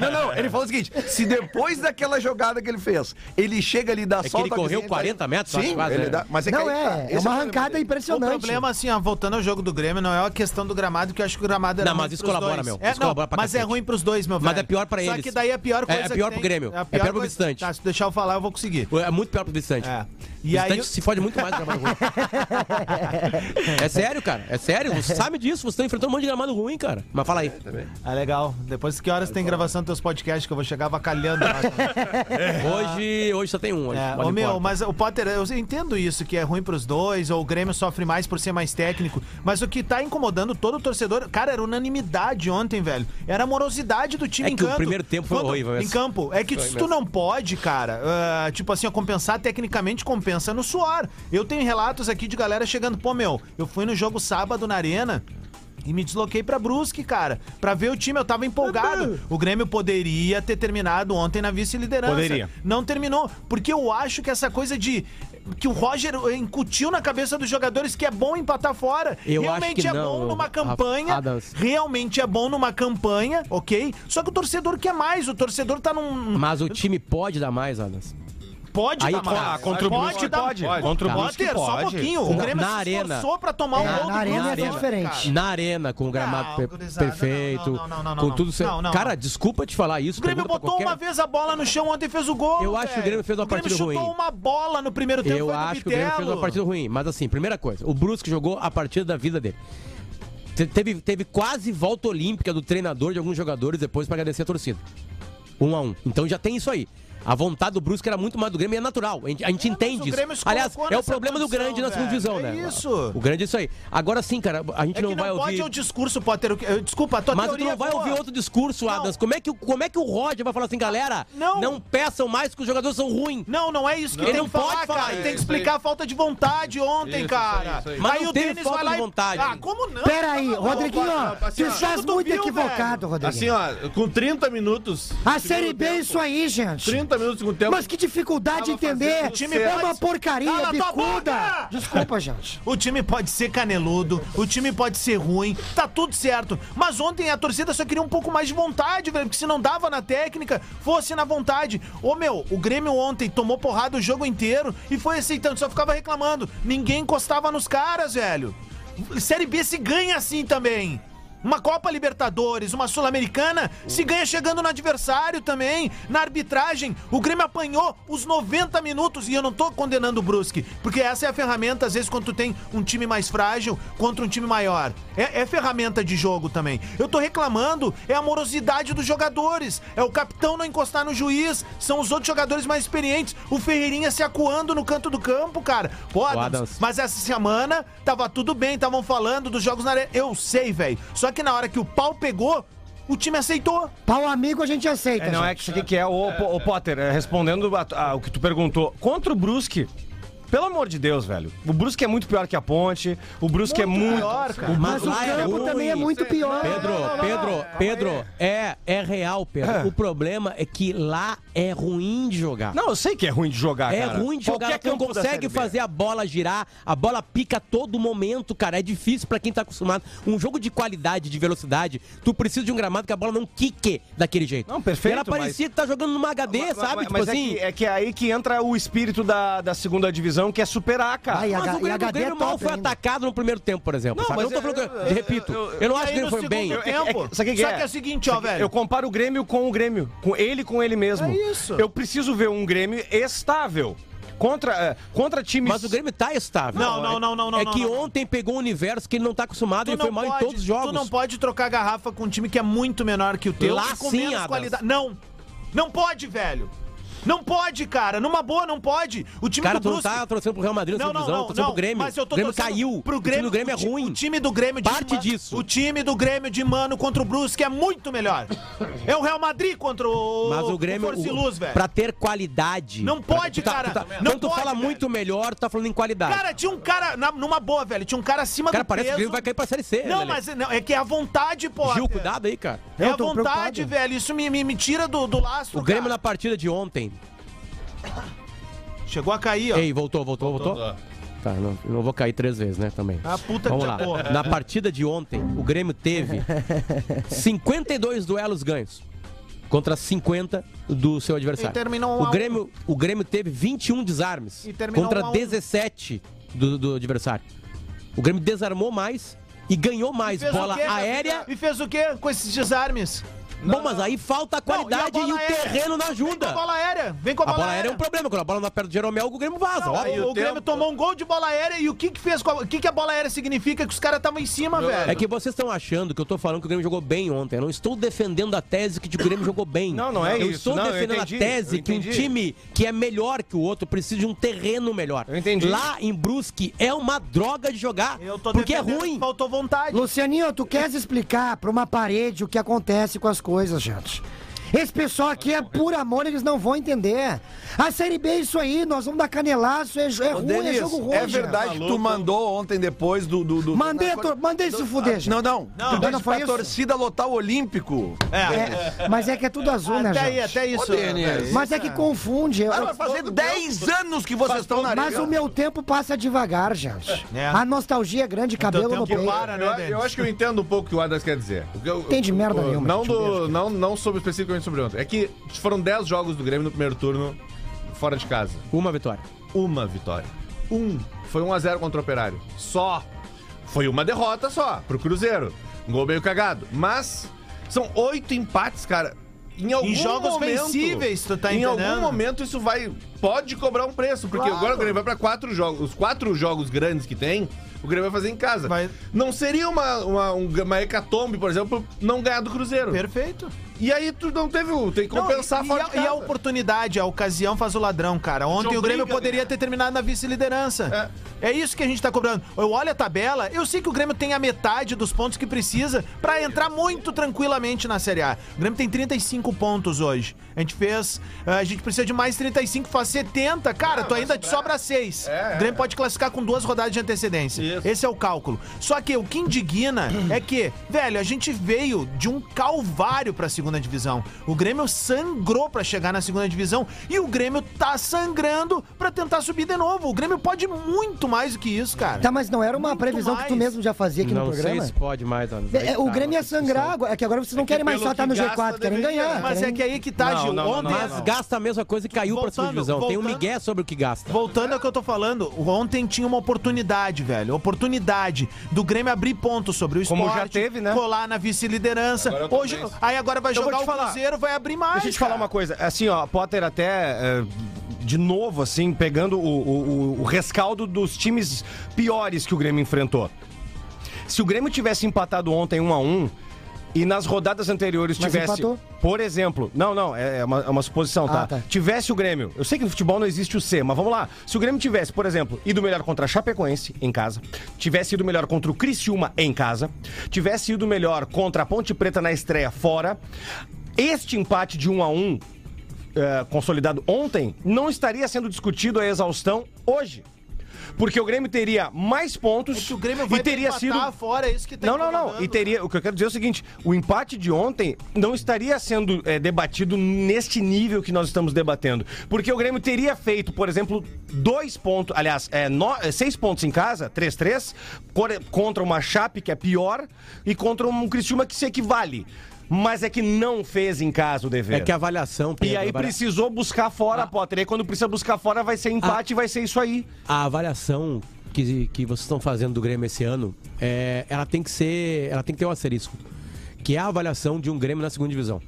[SPEAKER 3] Não, não, ele falou o seguinte: se depois daquela jogada que ele fez, ele chega ali e dá
[SPEAKER 8] É que
[SPEAKER 3] só o
[SPEAKER 8] ele
[SPEAKER 3] toquezinho,
[SPEAKER 8] correu
[SPEAKER 3] ele tá-
[SPEAKER 8] 40 metros,
[SPEAKER 3] Sim,
[SPEAKER 8] acho, quase,
[SPEAKER 3] ele
[SPEAKER 8] né?
[SPEAKER 3] dá, mas é que
[SPEAKER 5] Não,
[SPEAKER 3] aí tá,
[SPEAKER 5] é.
[SPEAKER 3] esse
[SPEAKER 5] É
[SPEAKER 3] o
[SPEAKER 5] uma
[SPEAKER 3] problema
[SPEAKER 5] arrancada
[SPEAKER 3] dele.
[SPEAKER 2] O
[SPEAKER 5] impressionante.
[SPEAKER 2] problema, assim, ó, voltando ao jogo do Grêmio, não é a questão do gramado, que eu acho que o gramado era
[SPEAKER 8] Não,
[SPEAKER 2] ruim
[SPEAKER 8] mas isso
[SPEAKER 2] pros
[SPEAKER 8] colabora,
[SPEAKER 2] dois.
[SPEAKER 8] meu.
[SPEAKER 2] É,
[SPEAKER 8] Isso
[SPEAKER 2] não,
[SPEAKER 8] colabora pra
[SPEAKER 2] mas é
[SPEAKER 8] cacete.
[SPEAKER 2] ruim pros dois, meu
[SPEAKER 8] Mas
[SPEAKER 2] velho.
[SPEAKER 8] é pior pra
[SPEAKER 2] Só
[SPEAKER 8] eles.
[SPEAKER 2] que daí a pior
[SPEAKER 8] É,
[SPEAKER 2] coisa
[SPEAKER 8] é pior
[SPEAKER 2] que tem-
[SPEAKER 8] pro Grêmio.
[SPEAKER 2] a
[SPEAKER 8] É pior pro visitante.
[SPEAKER 2] Tá, se deixar eu falar, eu vou conseguir.
[SPEAKER 8] É muito pior pro visitante.
[SPEAKER 2] É.
[SPEAKER 8] O
[SPEAKER 2] E aí,
[SPEAKER 8] visitante se fode muito mais do gramado ruim. é sério, cara. É sério. Você sabe disso. Você tá enfrentando um monte de gramado ruim, cara. Mas fala aí.
[SPEAKER 2] Ah, legal. Depois que horas tem gravação dos teus podcasts que eu vou chegar avacalhando. lá.
[SPEAKER 8] Hoje, hoje só tem um. Hoje,
[SPEAKER 2] Ah. É,
[SPEAKER 8] mas
[SPEAKER 2] ô,
[SPEAKER 8] não
[SPEAKER 2] meu,
[SPEAKER 8] importa.
[SPEAKER 2] mas o Potter, eu entendo isso, que é ruim pros dois, ou o Grêmio sofre mais por ser mais técnico. Mas o que tá incomodando todo o torcedor, cara, era unanimidade ontem, velho. Era a morosidade do time
[SPEAKER 8] É
[SPEAKER 2] em
[SPEAKER 8] que o
[SPEAKER 2] campo.
[SPEAKER 8] primeiro tempo foi
[SPEAKER 2] Quando-
[SPEAKER 8] horrível mesmo.
[SPEAKER 2] Em campo. É que se tu não pode, cara, ah, tipo assim, ó, compensar tecnicamente, compensa no suor. Eu tenho relatos aqui de galera chegando, pô, meu, eu fui no jogo sábado na arena. E me desloquei pra Brusque, cara, pra ver o time. Eu tava empolgado. O Grêmio poderia ter terminado ontem na vice-liderança.
[SPEAKER 9] Poderia.
[SPEAKER 2] Não terminou. Porque eu acho que essa coisa de. Que o Roger eh, incutiu na cabeça dos jogadores que é bom empatar fora.
[SPEAKER 8] Eu acho
[SPEAKER 2] realmente
[SPEAKER 8] que
[SPEAKER 2] é
[SPEAKER 8] não,
[SPEAKER 2] bom numa
[SPEAKER 8] Rafa-
[SPEAKER 2] campanha.
[SPEAKER 8] Adams.
[SPEAKER 2] realmente é bom numa campanha, ok? Só que o torcedor quer mais. O torcedor tá num.
[SPEAKER 8] Mas o time pode dar mais, Adams.
[SPEAKER 2] Pode
[SPEAKER 8] Aí
[SPEAKER 2] dar
[SPEAKER 8] co-
[SPEAKER 2] mais.
[SPEAKER 8] ah, contra
[SPEAKER 9] o Brusque
[SPEAKER 2] dar-
[SPEAKER 9] pode.
[SPEAKER 2] Pode,
[SPEAKER 9] Contra o Brusque
[SPEAKER 2] ter, só um
[SPEAKER 9] pode.
[SPEAKER 2] pouquinho. O
[SPEAKER 8] Na-
[SPEAKER 2] Grêmio
[SPEAKER 8] na
[SPEAKER 2] se
[SPEAKER 8] arena.
[SPEAKER 2] esforçou pra tomar
[SPEAKER 5] É,
[SPEAKER 2] um gol
[SPEAKER 5] na
[SPEAKER 2] do
[SPEAKER 5] arena
[SPEAKER 2] Brusque,
[SPEAKER 5] é bem
[SPEAKER 2] cara.
[SPEAKER 5] diferente.
[SPEAKER 8] Na arena, com o gramado
[SPEAKER 2] Ah,
[SPEAKER 8] per-
[SPEAKER 2] gurizada,
[SPEAKER 8] perfeito,
[SPEAKER 2] não, não, não, não, não,
[SPEAKER 8] com
[SPEAKER 2] não.
[SPEAKER 8] tudo certo.
[SPEAKER 2] Não, não,
[SPEAKER 8] Cara,
[SPEAKER 2] não.
[SPEAKER 8] desculpa te falar isso.
[SPEAKER 2] O Grêmio
[SPEAKER 8] pergunta pra
[SPEAKER 2] botou
[SPEAKER 8] qualquer-
[SPEAKER 2] uma vez a bola no chão ontem e fez o gol.
[SPEAKER 8] Eu acho que o
[SPEAKER 2] velho.
[SPEAKER 8] Grêmio fez uma partida
[SPEAKER 2] O Grêmio
[SPEAKER 8] ruim.
[SPEAKER 2] chutou uma bola no primeiro tempo.
[SPEAKER 8] Eu
[SPEAKER 2] foi do É
[SPEAKER 8] acho que o Grêmio fez
[SPEAKER 2] Bitelo.
[SPEAKER 8] uma partida ruim. Mas assim, primeira coisa, o Brusque jogou a partida da vida dele. Te- Teve, teve quase volta olímpica do treinador de alguns jogadores depois pra agradecer a torcida. Um a um. Então já tem isso aí. A vontade do Brusque era muito mais do Grêmio, é natural. A gente, a gente
[SPEAKER 2] É, mas o
[SPEAKER 8] entende isso.
[SPEAKER 2] Grêmio se
[SPEAKER 8] Aliás,
[SPEAKER 2] colocou
[SPEAKER 8] é o
[SPEAKER 2] nessa
[SPEAKER 8] problema do
[SPEAKER 2] condição,
[SPEAKER 8] grande na segunda
[SPEAKER 2] velho.
[SPEAKER 8] divisão,
[SPEAKER 2] É
[SPEAKER 8] né?
[SPEAKER 2] isso.
[SPEAKER 8] O grande é isso aí. Agora sim, cara, a gente
[SPEAKER 2] É que
[SPEAKER 8] não vai
[SPEAKER 2] não pode
[SPEAKER 8] ouvir.
[SPEAKER 2] é o discurso, Potter. Eu- eu- Desculpa, a tua
[SPEAKER 8] Mas tu
[SPEAKER 2] teoria
[SPEAKER 8] não vai
[SPEAKER 2] é boa.
[SPEAKER 8] ouvir outro discurso,
[SPEAKER 2] Não.
[SPEAKER 8] Adams. Como é, que, o- como é que o Roger vai falar assim, galera?
[SPEAKER 2] Não.
[SPEAKER 8] peçam mais que os jogadores são ruins.
[SPEAKER 2] Não, não é isso que
[SPEAKER 8] Ele
[SPEAKER 2] tem
[SPEAKER 8] não
[SPEAKER 2] que falar,
[SPEAKER 8] pode
[SPEAKER 2] cara.
[SPEAKER 8] falar
[SPEAKER 2] Ele
[SPEAKER 8] isso.
[SPEAKER 2] tem que explicar a falta de vontade ontem,
[SPEAKER 4] Isso,
[SPEAKER 2] cara.
[SPEAKER 4] isso aí, isso aí.
[SPEAKER 8] Mas não teve falta de vontade.
[SPEAKER 2] Ah, como não?
[SPEAKER 5] Pera aí, Rodriguinho,
[SPEAKER 4] assim,
[SPEAKER 5] tu
[SPEAKER 4] ó,
[SPEAKER 5] estás
[SPEAKER 2] tu
[SPEAKER 5] muito
[SPEAKER 2] viu,
[SPEAKER 5] equivocado,
[SPEAKER 4] Assim,
[SPEAKER 5] Rodriguinho.
[SPEAKER 4] ó, com 30 minutos.
[SPEAKER 5] A
[SPEAKER 4] segundo
[SPEAKER 5] Série B é
[SPEAKER 4] tempo,
[SPEAKER 5] isso aí, gente.
[SPEAKER 4] 30 minutos do segundo tempo.
[SPEAKER 5] Mas que dificuldade de
[SPEAKER 4] Tava
[SPEAKER 5] entender.
[SPEAKER 4] fazendo
[SPEAKER 5] Time é
[SPEAKER 4] certo.
[SPEAKER 5] uma porcaria,
[SPEAKER 2] Cala tua boca!
[SPEAKER 5] bicuda. Desculpa, gente.
[SPEAKER 2] O time pode ser caneludo, o time pode ser ruim, tá tudo certo. Mas ontem a torcida só queria um pouco mais de vontade, velho, porque se não dava na técnica, fosse na vontade. Ô meu, o Grêmio ontem tomou porrada o jogo inteiro e foi aceitando, só ficava reclamando. Ninguém encostava nos caras, velho. Série B se ganha assim também. Uma Copa Libertadores, uma Sul-Americana, se ganha chegando no adversário também, na arbitragem. O Grêmio apanhou os 90 minutos e eu não tô condenando o Brusque, porque essa é a ferramenta, às vezes, quando tu tem um time mais frágil contra um time maior. É, é ferramenta de jogo também. Eu tô reclamando, é a morosidade dos jogadores, é o capitão não encostar no juiz, são os outros jogadores mais experientes, o Ferreirinha se acuando no canto do campo, cara. Pô, Adams,
[SPEAKER 8] Adams.
[SPEAKER 2] mas essa semana tava tudo bem, estavam falando dos jogos na arena. Eu sei, velho. Só que na hora que o pau pegou, o time aceitou.
[SPEAKER 5] Pau amigo a gente aceita.
[SPEAKER 9] É, não é
[SPEAKER 5] gente.
[SPEAKER 9] que isso aqui que é o, o Potter, é, respondendo a- a- o que tu perguntou. Contra o Brusque, pelo amor de Deus, velho. O Brusque é muito pior que a Ponte. O Brusque é muito.
[SPEAKER 2] pior, cara.
[SPEAKER 5] Mas o campo também é muito pior.
[SPEAKER 8] Pedro, Pedro, Pedro, é, é real, Pedro. O problema é que lá é ruim de jogar.
[SPEAKER 9] Ah. Não, eu sei que é ruim de jogar,
[SPEAKER 8] é
[SPEAKER 9] cara.
[SPEAKER 8] ruim de jogar,
[SPEAKER 9] Qualquer
[SPEAKER 8] tu não
[SPEAKER 9] campo da Série
[SPEAKER 8] consegue
[SPEAKER 9] B.
[SPEAKER 8] fazer a bola girar, a bola pica a todo momento, cara. É difícil pra quem tá acostumado. Um jogo de qualidade, de velocidade, tu precisa de um gramado que a bola não quique daquele jeito.
[SPEAKER 9] Não, perfeito,
[SPEAKER 8] Ela parecia que tá jogando numa HD,
[SPEAKER 9] Mas-
[SPEAKER 8] sabe?
[SPEAKER 9] Mas,
[SPEAKER 8] tipo
[SPEAKER 9] mas é,
[SPEAKER 8] assim.
[SPEAKER 9] que, é que é aí que entra o espírito da, da segunda divisão, que é superar, cara.
[SPEAKER 5] Vai, E a
[SPEAKER 8] Mas
[SPEAKER 5] H-
[SPEAKER 8] o Grêmio,
[SPEAKER 5] e a
[SPEAKER 8] o Grêmio
[SPEAKER 5] HD é
[SPEAKER 8] mal
[SPEAKER 5] top
[SPEAKER 8] foi
[SPEAKER 5] ainda.
[SPEAKER 8] atacado no primeiro tempo, por exemplo.
[SPEAKER 9] Não,
[SPEAKER 8] sabe?
[SPEAKER 9] mas
[SPEAKER 8] Eu não tô
[SPEAKER 9] eu-
[SPEAKER 8] falando que-
[SPEAKER 9] eu-
[SPEAKER 8] repito, eu,
[SPEAKER 9] eu-
[SPEAKER 8] não acho que
[SPEAKER 2] Aí
[SPEAKER 8] ele
[SPEAKER 2] no
[SPEAKER 8] foi
[SPEAKER 2] segundo
[SPEAKER 8] bem.
[SPEAKER 9] É que-
[SPEAKER 2] Tempo.
[SPEAKER 9] é que- sabe o que
[SPEAKER 2] Só
[SPEAKER 9] que é?
[SPEAKER 2] que é o seguinte, ó, velho.
[SPEAKER 9] Eu comparo o Grêmio com o Grêmio, com ele com ele mesmo.
[SPEAKER 2] É isso.
[SPEAKER 9] Eu preciso ver um Grêmio estável contra eh, contra times
[SPEAKER 8] Mas o Grêmio tá estável.
[SPEAKER 2] Não, não, não, não, não,
[SPEAKER 8] É
[SPEAKER 2] não,
[SPEAKER 8] que
[SPEAKER 2] não.
[SPEAKER 8] ontem pegou um universo que ele não tá acostumado e foi mal em todos os jogos.
[SPEAKER 2] Tu não pode trocar garrafa com um time que é muito menor que o teu
[SPEAKER 8] Lá
[SPEAKER 2] e com
[SPEAKER 8] sim,
[SPEAKER 2] menos
[SPEAKER 8] Adams.
[SPEAKER 2] qualidade. Não! Não pode, velho! Não pode, cara! Numa boa, não pode! O time
[SPEAKER 8] Cara,
[SPEAKER 2] do
[SPEAKER 8] tu não
[SPEAKER 2] Brusque...
[SPEAKER 8] tá torcendo pro Real Madrid, não, divisão, torcendo pro Grêmio.
[SPEAKER 2] Mas eu tô
[SPEAKER 8] o Grêmio
[SPEAKER 2] torcendo
[SPEAKER 8] caiu.
[SPEAKER 2] Pro
[SPEAKER 8] o time
[SPEAKER 2] Grêmio,
[SPEAKER 8] do Grêmio é
[SPEAKER 2] o ti-
[SPEAKER 8] ruim.
[SPEAKER 2] O time do Grêmio de
[SPEAKER 8] Parte
[SPEAKER 2] Ma-
[SPEAKER 8] disso.
[SPEAKER 2] O time do Grêmio de Mano contra o Brusque é muito melhor. É o Real Madrid contra o
[SPEAKER 8] Mas o Grêmio,
[SPEAKER 2] Força e
[SPEAKER 8] o-
[SPEAKER 2] Luz, velho.
[SPEAKER 8] pra ter qualidade.
[SPEAKER 2] Não
[SPEAKER 8] pra-
[SPEAKER 2] pode,
[SPEAKER 8] tu tá-
[SPEAKER 2] cara.
[SPEAKER 8] tu tá-
[SPEAKER 2] Não
[SPEAKER 8] Quando tu
[SPEAKER 2] pode,
[SPEAKER 8] fala
[SPEAKER 2] velho.
[SPEAKER 8] muito melhor, tu tá falando em qualidade.
[SPEAKER 2] Cara, tinha um cara na- numa boa, velho. Tinha um cara acima
[SPEAKER 8] o cara
[SPEAKER 2] do
[SPEAKER 8] parece que o
[SPEAKER 2] peso.
[SPEAKER 8] Grêmio vai cair pra Série C.
[SPEAKER 2] Não,
[SPEAKER 8] Lelê.
[SPEAKER 2] mas não, é que é a vontade, pô.
[SPEAKER 8] Gil, cuidado aí, cara.
[SPEAKER 2] É
[SPEAKER 5] Eu
[SPEAKER 2] a
[SPEAKER 5] tô
[SPEAKER 2] vontade,
[SPEAKER 5] preocupado.
[SPEAKER 2] velho. Isso me, me, me tira do, do laço.
[SPEAKER 8] O Grêmio na
[SPEAKER 2] cara.
[SPEAKER 8] partida de ontem.
[SPEAKER 2] Chegou a cair, ó.
[SPEAKER 8] Ei, voltou, voltou, voltou?
[SPEAKER 4] Voltou.
[SPEAKER 8] Tá, não, eu não vou cair três vezes, né, também.
[SPEAKER 2] Ah, puta
[SPEAKER 8] Vamos
[SPEAKER 2] que
[SPEAKER 8] lá.
[SPEAKER 2] porra.
[SPEAKER 8] Na partida de ontem, o Grêmio teve 52 duelos ganhos contra 50 do seu adversário.
[SPEAKER 2] E terminou um a
[SPEAKER 8] o
[SPEAKER 2] um.
[SPEAKER 8] Grêmio, o Grêmio teve 21 desarmes
[SPEAKER 2] E terminou
[SPEAKER 8] contra
[SPEAKER 2] um a um.
[SPEAKER 8] 17 do, do adversário. O Grêmio desarmou mais e ganhou mais
[SPEAKER 2] Fez o
[SPEAKER 8] bola
[SPEAKER 2] quê, meu
[SPEAKER 8] aérea.
[SPEAKER 2] filho? E fez o quê com esses desarmes?
[SPEAKER 8] Bom, mas aí falta a qualidade
[SPEAKER 2] Não,
[SPEAKER 8] e,
[SPEAKER 2] a
[SPEAKER 8] o
[SPEAKER 2] bola aérea?
[SPEAKER 8] terreno
[SPEAKER 2] Vem
[SPEAKER 8] não
[SPEAKER 2] com a
[SPEAKER 8] ajuda.
[SPEAKER 2] bola aérea. Vem com a
[SPEAKER 8] A
[SPEAKER 2] bola,
[SPEAKER 8] bola aérea é um problema. Quando a bola não aperta do Jeromel, Tá o Grêmio vaza.
[SPEAKER 2] Não,
[SPEAKER 8] óbvio.
[SPEAKER 2] o, Grêmio
[SPEAKER 4] tempo-
[SPEAKER 2] tomou um gol de bola aérea e o que que fez com a... O que que a bola aérea significa? Que os caras estavam em cima, velho.
[SPEAKER 8] É que vocês estão achando que eu tô falando que o Grêmio jogou bem ontem. Eu não estou defendendo a tese que o Grêmio jogou bem.
[SPEAKER 9] Não, não é
[SPEAKER 8] eu
[SPEAKER 9] isso.
[SPEAKER 8] Estou
[SPEAKER 9] Não, eu
[SPEAKER 8] defendendo
[SPEAKER 9] entendi,
[SPEAKER 8] a tese
[SPEAKER 9] eu
[SPEAKER 8] que um
[SPEAKER 9] entendi.
[SPEAKER 8] time que é melhor que o outro precisa de um terreno melhor.
[SPEAKER 9] Eu entendi.
[SPEAKER 8] Lá em Brusque é uma droga de jogar.
[SPEAKER 2] Eu tô
[SPEAKER 8] porque é
[SPEAKER 2] defendendo que
[SPEAKER 8] ruim.
[SPEAKER 2] Faltou vontade.
[SPEAKER 5] Lucianinho, tu queres explicar pra uma parede o que acontece com as coisas, gente? Esse pessoal aqui é por amor, eles não vão entender. A Série B é isso aí, nós vamos dar canelaço, é, jo- é
[SPEAKER 3] Ô,
[SPEAKER 5] ruim, é
[SPEAKER 3] Denis,
[SPEAKER 5] jogo roxo.
[SPEAKER 3] é verdade que tu mandou ontem depois do. do, do
[SPEAKER 5] Mandei,
[SPEAKER 3] da
[SPEAKER 5] a tor- mandei se fuder, gente.
[SPEAKER 3] Não, não.
[SPEAKER 2] Não,
[SPEAKER 3] tu disse
[SPEAKER 5] não foi
[SPEAKER 3] pra
[SPEAKER 5] isso.
[SPEAKER 3] torcida lotar o Olímpico.
[SPEAKER 5] É, mas é que é tudo azul, né,
[SPEAKER 2] Até aí,
[SPEAKER 5] gente?
[SPEAKER 2] até isso.
[SPEAKER 3] Denis.
[SPEAKER 5] Mas é que confunde. eu-
[SPEAKER 3] Tá fazendo 10 anos que vocês estão na
[SPEAKER 5] Mas o meu tempo passa devagar, gente.
[SPEAKER 2] É.
[SPEAKER 5] A nostalgia é grande, cabelo no
[SPEAKER 2] tempo
[SPEAKER 5] peito.
[SPEAKER 2] para, né,
[SPEAKER 4] Eu,
[SPEAKER 2] Denis?
[SPEAKER 4] eu acho que eu entendo um pouco o que o Adams quer dizer. O que eu-
[SPEAKER 5] Tem de
[SPEAKER 4] o-
[SPEAKER 5] é, merda
[SPEAKER 4] o-
[SPEAKER 5] nenhuma,
[SPEAKER 4] Não,
[SPEAKER 5] gente, um beijo,
[SPEAKER 4] do, não, não sobre especificamente sobre ontem. É que foram 10 jogos do Grêmio no primeiro turno, fora de casa.
[SPEAKER 8] Uma vitória.
[SPEAKER 4] Uma vitória. Um. Foi 1x0 contra o Operário. Só. Foi uma derrota só, pro Cruzeiro. Um gol meio cagado. Mas são oito empates, cara. Em, algum
[SPEAKER 2] jogos
[SPEAKER 4] momento,
[SPEAKER 2] vencíveis, tu tá
[SPEAKER 4] Em algum
[SPEAKER 2] entendendo?
[SPEAKER 4] momento isso vai. Pode cobrar um preço, porque agora o Grêmio vai pra quatro jogos. Os quatro jogos grandes que tem, o Grêmio vai fazer em casa.
[SPEAKER 2] Vai.
[SPEAKER 4] Não seria uma, uma, um- uma hecatombe, por exemplo, não ganhar do Cruzeiro.
[SPEAKER 2] Perfeito.
[SPEAKER 4] E aí tu não teve. o- Tem que compensar
[SPEAKER 2] Não, e- é-
[SPEAKER 4] fora
[SPEAKER 2] e,
[SPEAKER 4] de
[SPEAKER 2] a, e a
[SPEAKER 4] casa.
[SPEAKER 2] oportunidade, a ocasião faz o ladrão, cara. Ontem
[SPEAKER 4] Te
[SPEAKER 2] o Grêmio
[SPEAKER 4] obriga,
[SPEAKER 2] poderia ter terminado na vice-liderança. É. isso que a gente tá cobrando. Eu olho a tabela, eu sei que o Grêmio tem a metade dos pontos que precisa pra entrar muito tranquilamente na Série A. O Grêmio tem 35 pontos hoje. A gente fez, eh, a gente precisa de mais 35, faz 70. Cara, tu ainda te sobra 6.
[SPEAKER 4] Ah, É, é,
[SPEAKER 2] o Grêmio pode classificar com duas rodadas de antecedência.
[SPEAKER 4] Isso.
[SPEAKER 2] Esse é o cálculo. Só que o que indigna é que, velho, a gente veio de um calvário pra segunda divisão. O Grêmio sangrou pra chegar na segunda divisão e o Grêmio tá sangrando pra tentar subir de novo. O Grêmio pode muito mais do que isso, cara.
[SPEAKER 5] Tá, mas não era uma
[SPEAKER 2] Muito
[SPEAKER 5] previsão que tu
[SPEAKER 2] mais.
[SPEAKER 5] mesmo já fazia aqui no
[SPEAKER 8] Não sei
[SPEAKER 5] programa?
[SPEAKER 8] se pode mais, Adams.
[SPEAKER 5] É, é, o Grêmio ia sangrar, agora- é que agora vocês não
[SPEAKER 4] tá, É que
[SPEAKER 5] querem mais
[SPEAKER 4] pelo
[SPEAKER 5] só estar
[SPEAKER 4] que
[SPEAKER 5] no
[SPEAKER 4] gasta,
[SPEAKER 5] G4, querem
[SPEAKER 4] deveria,
[SPEAKER 5] ganhar.
[SPEAKER 4] né?
[SPEAKER 2] Mas é
[SPEAKER 5] querem-
[SPEAKER 2] que aí que tá,
[SPEAKER 9] Não,
[SPEAKER 2] Gil.
[SPEAKER 9] não, não,
[SPEAKER 2] Ontem-
[SPEAKER 9] não,
[SPEAKER 8] Mas gasta a mesma coisa e caiu pra segunda
[SPEAKER 2] Voltando,
[SPEAKER 8] divisão. Tem um
[SPEAKER 2] voltando.
[SPEAKER 8] migué sobre o que gasta. É
[SPEAKER 2] Voltando ao que eu tô falando, ontem tinha uma oportunidade, velho. Oportunidade do Grêmio abrir pontos sobre o esporte.
[SPEAKER 9] Como já teve, né?
[SPEAKER 2] Colar na vice-liderança.
[SPEAKER 4] Agora eu tô
[SPEAKER 2] Hoje,
[SPEAKER 4] bem.
[SPEAKER 2] aí agora vai
[SPEAKER 9] Então Eu vou
[SPEAKER 2] jogar
[SPEAKER 9] te
[SPEAKER 2] o
[SPEAKER 9] falar.
[SPEAKER 2] Cruzeiro, vai abrir mais.
[SPEAKER 9] Deixa eu te falar
[SPEAKER 2] cara.
[SPEAKER 9] uma coisa. Assim, ó, Potter até. é, de novo, assim, pegando o, o- o- o rescaldo dos times piores que o Grêmio enfrentou. Se o Grêmio tivesse empatado ontem 1 a 1 e nas rodadas anteriores
[SPEAKER 5] Mas
[SPEAKER 9] tivesse.
[SPEAKER 5] empatou.
[SPEAKER 9] Por exemplo, não, não, é é uma, é uma suposição, tá?
[SPEAKER 5] Ah, tá.
[SPEAKER 9] Tivesse o Grêmio, eu sei que no futebol não existe o C, mas vamos lá. Se o Grêmio tivesse, por exemplo, ido melhor contra a Chapecoense em casa, tivesse ido melhor contra o Criciúma em casa, tivesse ido melhor contra a Ponte Preta na estreia fora, este empate de 1 a 1 eh, consolidado ontem não estaria sendo discutido a exaustão hoje. Porque o Grêmio teria mais pontos
[SPEAKER 2] É que o Grêmio vai
[SPEAKER 9] e teria
[SPEAKER 2] empatar
[SPEAKER 9] sido
[SPEAKER 2] fora, é isso que tá
[SPEAKER 9] não, não, não.
[SPEAKER 2] incomodando.
[SPEAKER 9] E teria, o que eu quero dizer é o seguinte: o empate de ontem não estaria sendo é, debatido neste nível que nós estamos debatendo. Porque o Grêmio teria feito, por exemplo, dois pontos, aliás, é, no- é, seis pontos em casa, 3-3, core- contra uma Chape, que é pior, e contra um Criciúma que se equivale. Mas é que não fez em casa o dever.
[SPEAKER 8] É que a avaliação.
[SPEAKER 9] E
[SPEAKER 8] Pedro,
[SPEAKER 9] aí
[SPEAKER 8] a avalia-
[SPEAKER 9] precisou buscar fora, Potter. E aí quando precisa buscar fora, vai ser empate e vai ser isso aí.
[SPEAKER 8] a avaliação que, que vocês estão fazendo do Grêmio esse ano, é, ela tem que ser, ela tem que ter um asterisco, que é a avaliação de um Grêmio na segunda divisão.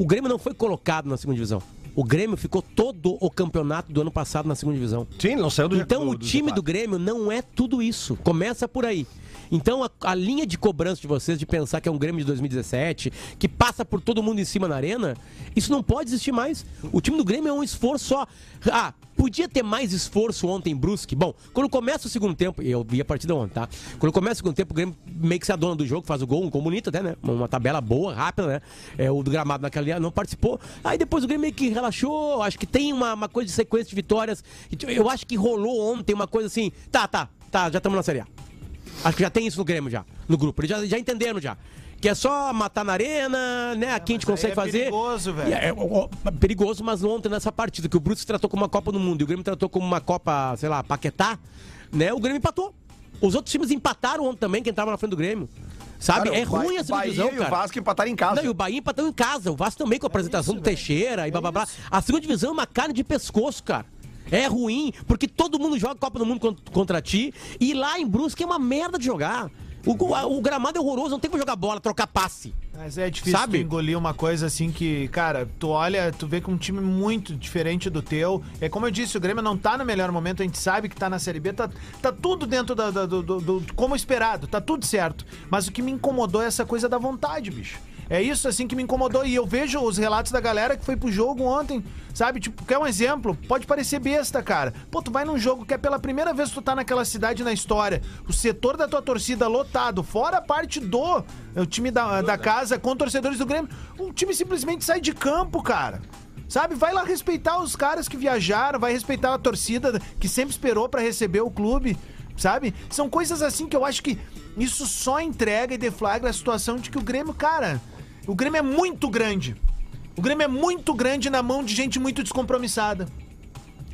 [SPEAKER 8] O Grêmio não foi colocado na segunda divisão. O Grêmio ficou todo o campeonato do ano passado na segunda divisão.
[SPEAKER 9] Sim, não saiu do
[SPEAKER 8] Então o time do Grêmio não é tudo isso. Começa por aí. Então a, a linha de cobrança de vocês de pensar que é um Grêmio de 2017, que passa por todo mundo em cima na arena, isso não pode existir mais. O time do Grêmio é um esforço só. Ah, podia ter mais esforço ontem, Brusque. Bom, quando começa o segundo tempo, e eu vi a partida ontem, tá? Quando começa o segundo tempo, o Grêmio meio que se adona do jogo, faz o gol, um gol bonito até, né? Uma tabela boa, rápida, né? É, o do gramado naquela ali não participou. Aí depois o Grêmio meio que relaxou, acho que tem uma, uma coisa de sequência de vitórias. tipo, Eu acho que rolou ontem uma coisa assim, tá, tá, tá, já estamos na Série A. Acho que já tem isso no Grêmio já, no grupo. Eles já, já entenderam já. Que é só matar na arena, né? Aqui a gente
[SPEAKER 2] mas aí
[SPEAKER 8] consegue
[SPEAKER 2] é
[SPEAKER 8] fazer.
[SPEAKER 2] perigoso, velho.
[SPEAKER 8] E é, é, ó, ó, perigoso, mas ontem nessa partida, que o Brutus tratou como uma Copa do Mundo e o Grêmio tratou como uma Copa, sei lá, Paquetá, né? O Grêmio empatou. Os outros times empataram ontem também, quem tava na frente do Grêmio. Sabe? é ruim essa divisão,
[SPEAKER 3] Bahia e o
[SPEAKER 8] cara.
[SPEAKER 3] Vasco empataram em casa.
[SPEAKER 8] Não, e o Bahia empatou em casa. O Vasco também com a apresentação do Teixeira e blá blá blá. A segunda divisão é uma carne de pescoço, cara. É ruim, porque todo mundo joga Copa do Mundo con- contra ti. E lá em Brusque é uma merda de jogar. O, o- a- o gramado é horroroso, não tem como jogar bola, trocar passe.
[SPEAKER 2] Mas é difícil
[SPEAKER 8] Sabe?
[SPEAKER 2] tu engolir uma coisa assim que, cara, tu olha, tu vê que é um time muito diferente do teu. É como eu disse, o Grêmio não tá no melhor momento, a gente sabe que tá na Série B, tá, tá tudo dentro da, da- do, do- do- como esperado, tá tudo certo. Mas o que me incomodou é essa coisa da vontade, bicho. É isso assim que me incomodou. E eu vejo os relatos da galera que foi pro jogo ontem, sabe? Tipo, quer um exemplo? Pode parecer besta, cara. Pô, tu vai num jogo que é pela primeira vez que tu tá naquela cidade na história, o setor da tua torcida lotado, fora a parte do eh, o time da, da casa com torcedores do Grêmio. O time simplesmente sai de campo, cara. Sabe, vai lá respeitar os caras que viajaram, vai respeitar a torcida que sempre esperou pra receber o clube, sabe? São coisas assim que eu acho que isso só entrega e deflagra a situação de que o Grêmio, cara, o Grêmio é muito grande. O Grêmio é muito grande na mão de gente muito descompromissada.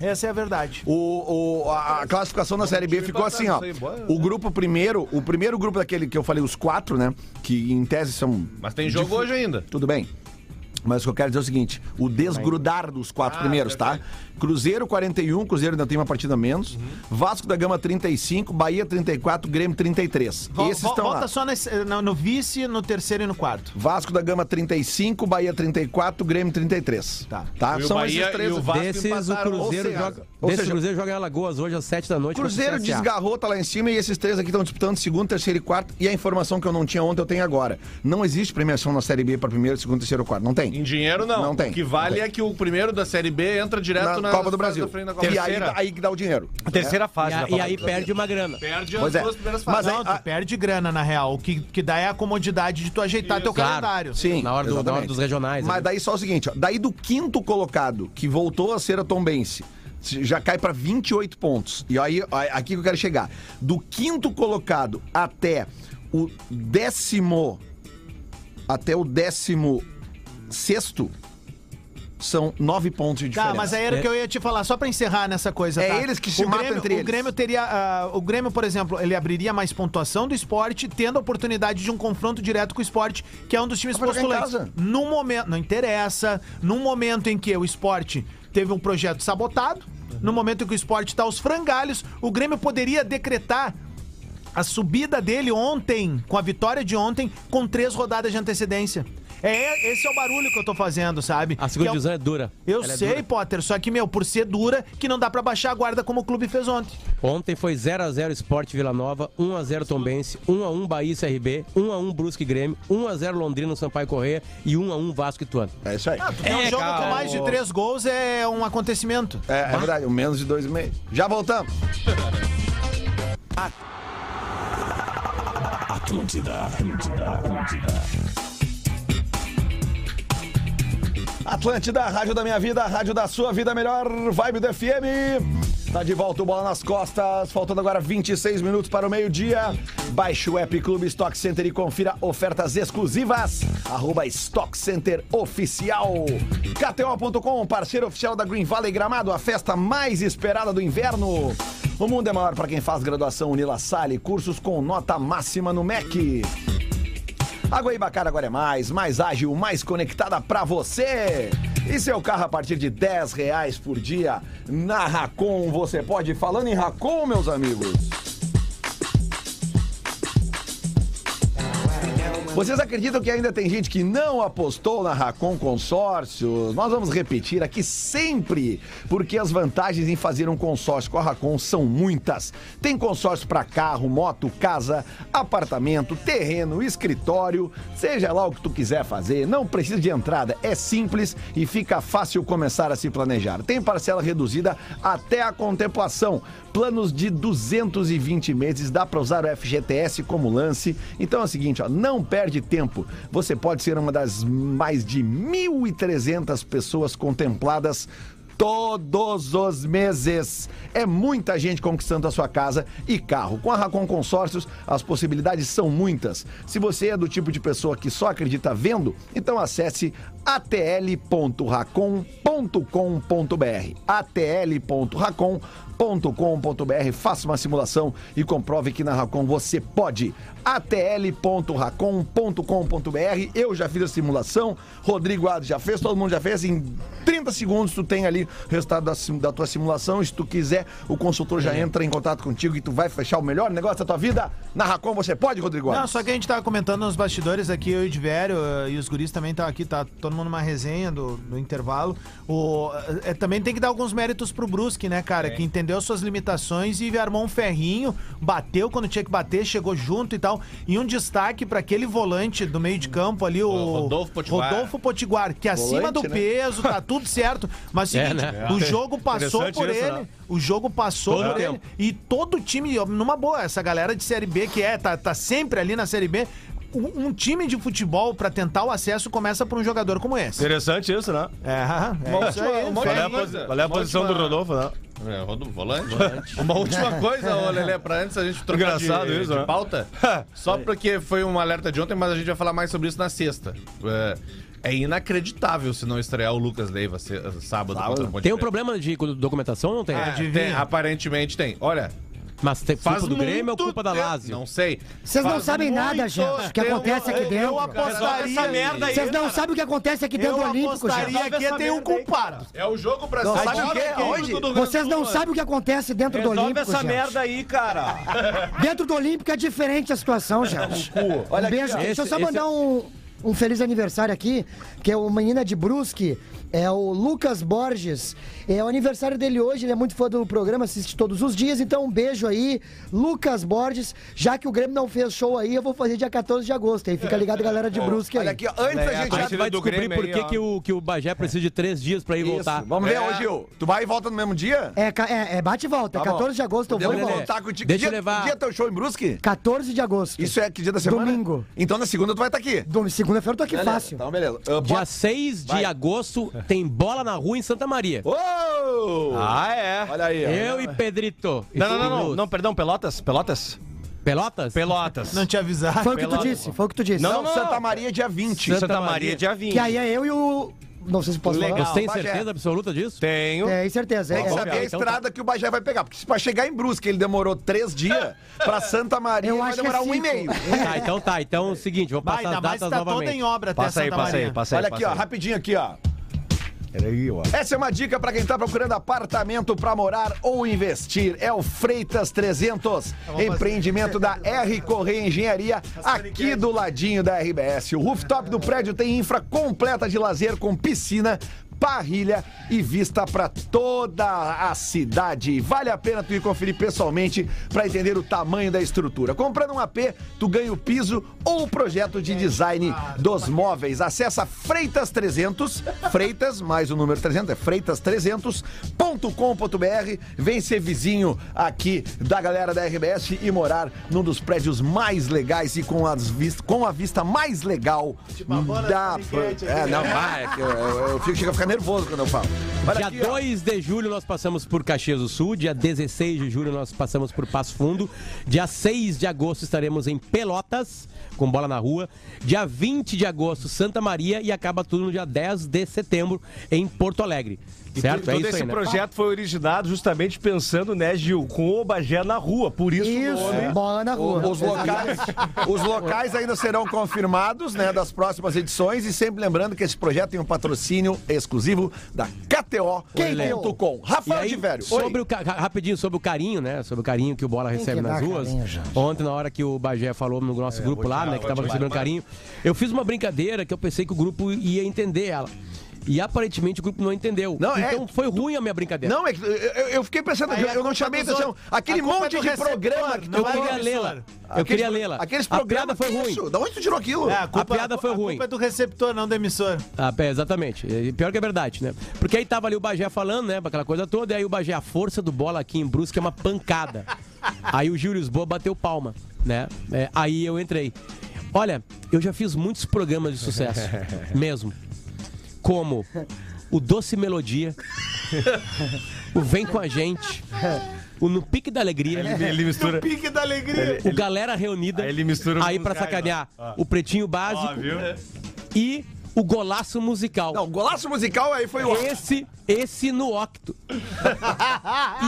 [SPEAKER 2] Essa é a verdade.
[SPEAKER 3] O, o- a, a classificação da Série B ficou assim, ó. O grupo primeiro, o primeiro grupo daquele que eu falei, os quatro, né? Que em tese são.
[SPEAKER 4] Mas tem jogo hoje ainda.
[SPEAKER 3] Tudo bem. Mas o que eu quero dizer é o seguinte: o desgrudar dos quatro
[SPEAKER 4] Ah,
[SPEAKER 3] primeiros, tá? Cruzeiro 41, Cruzeiro ainda tem uma partida a menos.
[SPEAKER 4] Uhum.
[SPEAKER 3] Vasco da Gama 35, Bahia 34, Grêmio 33.
[SPEAKER 2] Vol-
[SPEAKER 3] Esses
[SPEAKER 2] vol-
[SPEAKER 3] estão
[SPEAKER 2] volta
[SPEAKER 3] lá.
[SPEAKER 2] só nesse- eh, no, no vice, no terceiro e no quarto.
[SPEAKER 3] Vasco da Gama 35, Bahia 34, Grêmio 33. Tá. tá?
[SPEAKER 4] E o
[SPEAKER 3] São
[SPEAKER 4] Bahia
[SPEAKER 3] esses três.
[SPEAKER 4] e o Vasco
[SPEAKER 8] Desses, o
[SPEAKER 4] empataram.
[SPEAKER 8] Cruzeiro
[SPEAKER 3] ou seja-
[SPEAKER 8] joga.
[SPEAKER 3] ou
[SPEAKER 8] desses, o
[SPEAKER 3] seja-
[SPEAKER 8] Cruzeiro joga em Alagoas hoje às 7 da noite. contra o
[SPEAKER 3] Cruzeiro
[SPEAKER 8] CSA.
[SPEAKER 3] desgarrou, tá lá em cima, e esses três aqui estão disputando segundo, terceiro e quarto. E a informação que eu não tinha ontem, eu tenho agora. Não existe premiação na Série B para primeiro, segundo, terceiro e quarto. Não tem.
[SPEAKER 4] Em dinheiro, não.
[SPEAKER 3] Não tem.
[SPEAKER 4] O que vale
[SPEAKER 3] Não tem.
[SPEAKER 4] é que o primeiro da Série B entra
[SPEAKER 3] Na
[SPEAKER 4] direto na,
[SPEAKER 3] Copa do Brasil. E aí,
[SPEAKER 4] Terceira.
[SPEAKER 3] aí que dá o dinheiro.
[SPEAKER 9] A terceira
[SPEAKER 8] E,
[SPEAKER 9] fase
[SPEAKER 8] a-
[SPEAKER 9] da
[SPEAKER 8] e
[SPEAKER 9] Copa
[SPEAKER 8] aí
[SPEAKER 9] do Brasil.
[SPEAKER 8] perde uma grana.
[SPEAKER 4] Perde
[SPEAKER 3] Pois
[SPEAKER 4] as
[SPEAKER 3] é.
[SPEAKER 4] duas primeiras
[SPEAKER 3] Mas
[SPEAKER 4] fases.
[SPEAKER 3] aí,
[SPEAKER 2] Não, tu perde grana, na real. O que, que dá é a comodidade de tu ajeitar teu
[SPEAKER 8] Claro.
[SPEAKER 2] calendário.
[SPEAKER 3] Sim,
[SPEAKER 8] Na hora, do- na hora
[SPEAKER 3] exatamente.
[SPEAKER 8] dos regionais.
[SPEAKER 3] Mas
[SPEAKER 8] ali.
[SPEAKER 3] daí só o seguinte, ó, daí do quinto colocado, que voltou a ser a Tombense, se- já cai pra 28 pontos. E aí, ó, aqui que eu quero chegar. Do quinto colocado até o décimo. Até o décimo sexto, são nove pontos de diferença.
[SPEAKER 2] Tá, mas aí era o que eu ia te falar, só pra encerrar nessa coisa,
[SPEAKER 3] É
[SPEAKER 2] tá?
[SPEAKER 3] eles que se
[SPEAKER 2] o
[SPEAKER 3] matam
[SPEAKER 2] Grêmio,
[SPEAKER 3] entre
[SPEAKER 2] O
[SPEAKER 3] eles.
[SPEAKER 2] Grêmio teria... ah, o Grêmio, por exemplo, ele abriria mais pontuação do esporte, tendo a oportunidade de um confronto direto com o esporte, que é um dos times
[SPEAKER 3] Mas vai jogar em
[SPEAKER 2] postulantes.
[SPEAKER 3] casa.
[SPEAKER 2] Num momento... Não interessa. Num momento em que o esporte teve um projeto sabotado, no momento em que o esporte tá aos frangalhos, o Grêmio poderia decretar a subida dele ontem, com a vitória de ontem, com três rodadas de antecedência. É, esse é o barulho que eu tô fazendo, sabe?
[SPEAKER 8] A segunda
[SPEAKER 2] Que é o-
[SPEAKER 8] divisão é dura.
[SPEAKER 2] eu
[SPEAKER 8] Ela é
[SPEAKER 2] sei,
[SPEAKER 8] dura.
[SPEAKER 2] Potter, só que, meu, por ser dura, que não dá pra baixar a guarda como o clube fez ontem.
[SPEAKER 8] Ontem foi 0x0 Sport Vila Nova, 1x0 Tombense, 1x1 Bahia e CRB, 1x1 Brusque e Grêmio, 1x0 Londrina no Sampaio Correia e 1x1 Vasco e Tuano.
[SPEAKER 3] É isso aí.
[SPEAKER 2] É um jogo
[SPEAKER 8] cara.
[SPEAKER 2] com mais de três gols é um acontecimento.
[SPEAKER 3] É, é verdade, menos de dois meses. Já voltamos.
[SPEAKER 1] Atlântida, Atlântida, Atlântida.
[SPEAKER 3] Atlântida, rádio da minha vida, rádio da sua vida, melhor vibe do FM. Tá de volta o Bola nas Costas, faltando agora 26 minutos para o meio-dia. Baixe o app Clube Stock Center e confira ofertas exclusivas. Arroba Stock Center Oficial. KTO.com, parceiro oficial da Green Valley Gramado, a festa mais esperada do inverno. O mundo é maior para quem faz graduação Unila Sale, cursos com nota máxima no MEC. Água Ibacara agora é mais, mais ágil, mais conectada pra você. E seu carro a partir de 10 reais por dia na Racon. Você pode ir falando em Racon, meus amigos. Vocês acreditam que ainda tem gente que não apostou na Racon Consórcios? Nós vamos repetir aqui sempre, porque as vantagens em fazer um consórcio com a Racon são muitas. Tem consórcio para carro, moto, casa, apartamento, terreno, escritório, seja lá o que tu quiser fazer, não precisa de entrada, é simples e fica fácil começar a se planejar. Tem parcela reduzida até a contemplação. Planos de 220 meses, dá para usar o FGTS como lance. Então é o seguinte, ó, não perde tempo. Você pode ser uma das mais de 1.300 pessoas contempladas todos os meses. É muita gente conquistando a sua casa e carro. Com a Racon Consórcios, as possibilidades são muitas. Se você é do tipo de pessoa que só acredita vendo, então acesse atl.racon.com.br. atl.racon.com.br. Faça uma simulação e comprove que na Racon você pode. atl.racon.com.br. Eu já fiz a simulação, Rodrigo Ado já fez, todo mundo já fez. Em 30 segundos tu tem ali resultado da, sim- da tua simulação. Se tu quiser, o consultor
[SPEAKER 2] É.
[SPEAKER 3] já entra em contato contigo e tu vai fechar o melhor negócio da tua vida. Na Racon você pode, Rodrigo?
[SPEAKER 2] Não, só que a gente tava comentando nos bastidores aqui, eu e o Diverio eh, e os guris também estão aqui, tá todo mundo numa resenha do, do intervalo. O, eh, eh, também tem que dar alguns méritos pro Brusque, né, cara? Que entendeu suas limitações e armou um ferrinho, bateu quando tinha que bater, chegou junto e tal. E um destaque pra aquele volante do meio de campo ali, o,
[SPEAKER 4] Rodolfo Potiguar.
[SPEAKER 2] Rodolfo Potiguar, que é acima do
[SPEAKER 3] Volante, né?
[SPEAKER 2] peso, tá tudo certo. Mas seguinte,
[SPEAKER 8] né?
[SPEAKER 2] o jogo passou
[SPEAKER 9] Interessante
[SPEAKER 2] por
[SPEAKER 9] isso,
[SPEAKER 2] ele,
[SPEAKER 9] né?
[SPEAKER 2] o jogo passou
[SPEAKER 8] Todo
[SPEAKER 2] por
[SPEAKER 8] tempo.
[SPEAKER 2] ele. E todo time, ó, numa boa, essa galera de Série B que é, tá, tá sempre ali na Série B. Um, um time de futebol pra tentar o acesso começa por um jogador como esse.
[SPEAKER 9] Interessante isso, né?
[SPEAKER 2] É, é isso aí.
[SPEAKER 4] uma
[SPEAKER 9] Qual é a,
[SPEAKER 4] última
[SPEAKER 9] posi-
[SPEAKER 4] coisa.
[SPEAKER 9] qual é a
[SPEAKER 4] Uma
[SPEAKER 9] posição do
[SPEAKER 4] última-
[SPEAKER 9] Rodolfo, né?
[SPEAKER 4] É, rodo, volante. Uma última coisa, ô Lelê, pra antes a gente trocar
[SPEAKER 9] Engraçado
[SPEAKER 4] de,
[SPEAKER 9] isso,
[SPEAKER 4] de
[SPEAKER 9] né?
[SPEAKER 4] pauta. Só porque foi um alerta de ontem, mas a gente vai falar mais sobre isso na sexta. É, é inacreditável se não estrear o Lucas Leiva se- sábado. contra o Ponte
[SPEAKER 8] Tem um
[SPEAKER 4] Preta.
[SPEAKER 8] problema de documentação ou não tem?
[SPEAKER 4] É, tem, aparentemente tem. Olha,
[SPEAKER 8] Mas tem
[SPEAKER 4] faz
[SPEAKER 8] culpa do
[SPEAKER 4] muito
[SPEAKER 8] Grêmio ou culpa da
[SPEAKER 4] tempo-
[SPEAKER 8] Lazio?
[SPEAKER 4] Não sei.
[SPEAKER 5] Vocês não
[SPEAKER 4] Faz
[SPEAKER 5] sabem nada,
[SPEAKER 4] muito
[SPEAKER 5] gente, o que
[SPEAKER 4] tempo-
[SPEAKER 5] acontece aqui
[SPEAKER 4] eu-
[SPEAKER 5] dentro.
[SPEAKER 4] eu apostaria-
[SPEAKER 2] Essa merda
[SPEAKER 5] Vocês não sabem o que acontece aqui dentro
[SPEAKER 2] Eu
[SPEAKER 5] do Olímpico, gente.
[SPEAKER 2] apostaria que tem um culpado.
[SPEAKER 4] É o jogo pra
[SPEAKER 3] Não, sabe o quê? Onde?
[SPEAKER 5] Vocês não sabem o que acontece dentro do Olímpico, gente.
[SPEAKER 9] aí, cara.
[SPEAKER 5] Dentro do Olímpico é diferente a situação, gente.
[SPEAKER 3] Olha
[SPEAKER 5] um beijo. Deixa
[SPEAKER 8] ó.
[SPEAKER 5] eu
[SPEAKER 8] Esse-
[SPEAKER 5] só
[SPEAKER 8] esse-
[SPEAKER 3] é-
[SPEAKER 5] mandar um, um feliz aniversário aqui, que é o menina de Brusque, é o Lucas Borges. É o aniversário dele hoje, ele é muito fã do programa, assiste todos os dias, então um beijo aí, Lucas Borges. Já que o Grêmio não fez show aí, eu vou fazer dia 14 de agosto, aí fica ligado, galera de Brusque aí.
[SPEAKER 3] É. Olha aqui, ó,
[SPEAKER 2] É,
[SPEAKER 3] antes a gente
[SPEAKER 8] A
[SPEAKER 3] já...
[SPEAKER 8] gente vai
[SPEAKER 9] do
[SPEAKER 8] descobrir
[SPEAKER 9] Grêmio
[SPEAKER 8] por
[SPEAKER 9] aí,
[SPEAKER 8] que,
[SPEAKER 9] ó.
[SPEAKER 8] que, o, que o Bagé precisa de três dias pra ir voltar.
[SPEAKER 3] Isso, vamos
[SPEAKER 2] É.
[SPEAKER 3] ver, ô Gil. Tu vai e volta no mesmo dia?
[SPEAKER 5] É, ca- é, é bate e volta,
[SPEAKER 3] Tá bom.
[SPEAKER 5] 14 de agosto eu
[SPEAKER 3] Eu
[SPEAKER 5] vou e
[SPEAKER 3] vou
[SPEAKER 8] Lelê.
[SPEAKER 5] volto.
[SPEAKER 3] voltar contigo.
[SPEAKER 8] Deixa
[SPEAKER 3] dia,
[SPEAKER 8] eu levar-
[SPEAKER 3] que dia é teu show em Brusque?
[SPEAKER 5] 14 de agosto.
[SPEAKER 3] Isso é que dia da semana?
[SPEAKER 5] Domingo.
[SPEAKER 3] Então na segunda tu vai estar aqui.
[SPEAKER 5] Dom- Segunda-feira eu tô aqui fácil.
[SPEAKER 3] Então beleza. Uh,
[SPEAKER 8] É. Dia
[SPEAKER 3] bota...
[SPEAKER 8] 6 de
[SPEAKER 3] Vai.
[SPEAKER 8] agosto tem bola na rua em Santa Maria.
[SPEAKER 3] Uou!
[SPEAKER 9] Ah, é.
[SPEAKER 3] Olha aí. ó.
[SPEAKER 8] Eu e Pedrito. E
[SPEAKER 9] Não, não,
[SPEAKER 8] Felipe
[SPEAKER 9] não, não,
[SPEAKER 8] Cruz.
[SPEAKER 9] não, perdão, Pelotas? Pelotas?
[SPEAKER 8] Pelotas?
[SPEAKER 9] Pelotas.
[SPEAKER 2] Não te avisar.
[SPEAKER 5] Foi o que tu disse, foi o que tu disse.
[SPEAKER 9] Não,
[SPEAKER 3] Não, Santa Maria dia 20.
[SPEAKER 9] Santa,
[SPEAKER 8] Santa
[SPEAKER 9] Maria,
[SPEAKER 8] Maria.
[SPEAKER 9] dia 20.
[SPEAKER 5] Que aí é eu e o... Não sei se posso falar.
[SPEAKER 8] Você tem
[SPEAKER 3] Bagé.
[SPEAKER 8] certeza absoluta disso?
[SPEAKER 9] Tenho.
[SPEAKER 5] É, certeza.
[SPEAKER 3] Tem que
[SPEAKER 5] É,
[SPEAKER 3] saber a
[SPEAKER 8] então tá.
[SPEAKER 3] estrada que o Bagé vai pegar. Porque se pra chegar em Brusque ele demorou três dias, pra Santa Maria
[SPEAKER 5] Eu
[SPEAKER 3] vai
[SPEAKER 5] acho que é
[SPEAKER 3] demorar um e
[SPEAKER 5] cinco.
[SPEAKER 3] meio.
[SPEAKER 8] Tá, então tá. Então é o seguinte, vou
[SPEAKER 2] Vai,
[SPEAKER 8] passar
[SPEAKER 2] ainda
[SPEAKER 8] as
[SPEAKER 2] mais que
[SPEAKER 8] datas
[SPEAKER 2] tá
[SPEAKER 8] novamente.
[SPEAKER 2] toda em obra até
[SPEAKER 9] Passa aí,
[SPEAKER 2] Santa
[SPEAKER 9] passa aí,
[SPEAKER 2] Maria.
[SPEAKER 9] passa aí.
[SPEAKER 3] Olha aqui, ó, rapidinho aqui, ó.
[SPEAKER 9] Peraí, ó.
[SPEAKER 3] Essa é uma dica pra quem tá procurando apartamento pra morar ou investir. É o Freitas 300, empreendimento da R Correia Engenharia, aqui do ladinho da RBS. O rooftop do prédio tem infra completa de lazer com piscina, parrilha e vista pra toda a cidade. Vale a pena tu ir conferir pessoalmente pra entender o tamanho da estrutura. Comprando um AP, tu ganha o piso ou o projeto de design dos móveis. Acessa Freitas 300, Freitas mais o número 300 é freitas300.com.br. Vem ser vizinho aqui da galera da RBS e morar num dos prédios mais legais e com, as vis- com a vista mais legal da É, não, vai, é que eu, eu, eu fico, chega a ficar nervoso quando eu falo. Olha
[SPEAKER 8] Dia
[SPEAKER 3] aqui, ó.
[SPEAKER 8] 2 de julho nós passamos por Caxias do Sul, dia 16 de julho nós passamos por Passo Fundo, dia 6 de agosto estaremos em Pelotas, com bola na rua, dia 20 de agosto Santa Maria e acaba tudo no dia 10 de setembro em Porto Alegre. Certo? É
[SPEAKER 9] Todo
[SPEAKER 8] isso
[SPEAKER 9] esse
[SPEAKER 8] aí, né?
[SPEAKER 9] projeto foi originado justamente pensando, né, Gil, com o Bagé na rua. Por isso, o
[SPEAKER 5] Isso,
[SPEAKER 8] né?
[SPEAKER 9] nome.
[SPEAKER 5] bola na rua.
[SPEAKER 3] Os locais, os locais ainda serão confirmados, né, das próximas edições e sempre lembrando que esse projeto tem um patrocínio exclusivo da KTO.com.
[SPEAKER 8] E
[SPEAKER 3] Rafael
[SPEAKER 8] aí,
[SPEAKER 3] de Velho.
[SPEAKER 8] sobre o ca- ra- rapidinho sobre o carinho, né? Sobre o carinho que o Bola
[SPEAKER 5] que
[SPEAKER 8] recebe
[SPEAKER 5] dar
[SPEAKER 8] nas ruas.
[SPEAKER 5] carinho, gente. É,
[SPEAKER 8] Ontem, na hora que o Bagé falou no nosso grupo lá, né? Que tava recebendo carinho, eu fiz uma brincadeira que eu pensei que o grupo ia entender ela. E aparentemente o grupo não entendeu.
[SPEAKER 3] Não, é-
[SPEAKER 8] então foi ruim a minha brincadeira.
[SPEAKER 3] Não, é que eu, eu- eu fiquei pensando,
[SPEAKER 2] Aí
[SPEAKER 3] eu,
[SPEAKER 2] a
[SPEAKER 3] eu não
[SPEAKER 2] culpa
[SPEAKER 3] chamei
[SPEAKER 2] dos
[SPEAKER 3] atenção.
[SPEAKER 2] outros.
[SPEAKER 3] Aquele
[SPEAKER 2] A culpa
[SPEAKER 3] monte
[SPEAKER 2] é do
[SPEAKER 3] de
[SPEAKER 2] receptor,
[SPEAKER 3] programa que
[SPEAKER 2] não
[SPEAKER 8] eu
[SPEAKER 2] vai
[SPEAKER 8] queria
[SPEAKER 2] do
[SPEAKER 8] lê-la.
[SPEAKER 2] emissora.
[SPEAKER 8] Eu queria
[SPEAKER 3] pro-
[SPEAKER 8] lê-la.
[SPEAKER 3] Aqueles
[SPEAKER 8] a
[SPEAKER 3] programas.
[SPEAKER 8] piada foi
[SPEAKER 3] que
[SPEAKER 8] ruim.
[SPEAKER 3] isso? Da onde tu tirou aquilo?
[SPEAKER 2] É, a, culpa,
[SPEAKER 8] A piada foi
[SPEAKER 2] a
[SPEAKER 8] ruim.
[SPEAKER 2] culpa é do receptor, não do emissor.
[SPEAKER 8] Ah, é, exatamente. E Pior que é verdade, né? Porque aí tava ali o Bagé falando, né? Aquela coisa toda, e aí o Bagé, a força do bola aqui em Brusque é uma pancada. aí o Júlio Lisboa bateu palma, né? É, aí eu entrei. Olha, eu já fiz muitos programas de sucesso, mesmo. Como o Doce Melodia, o Vem Com A Gente, o No Pique da Alegria,
[SPEAKER 9] Ele, ele mistura.
[SPEAKER 2] Pique da alegria.
[SPEAKER 8] o Galera Reunida,
[SPEAKER 9] Aí ele mistura
[SPEAKER 8] aí
[SPEAKER 9] com
[SPEAKER 8] pra
[SPEAKER 9] os caras,
[SPEAKER 8] sacanear,
[SPEAKER 9] Ah. ó.
[SPEAKER 8] o Pretinho
[SPEAKER 9] Ó,
[SPEAKER 8] Básico
[SPEAKER 9] viu?
[SPEAKER 8] e o golaço musical.
[SPEAKER 3] Não, golaço musical aí foi o.
[SPEAKER 8] Esse, esse no octo.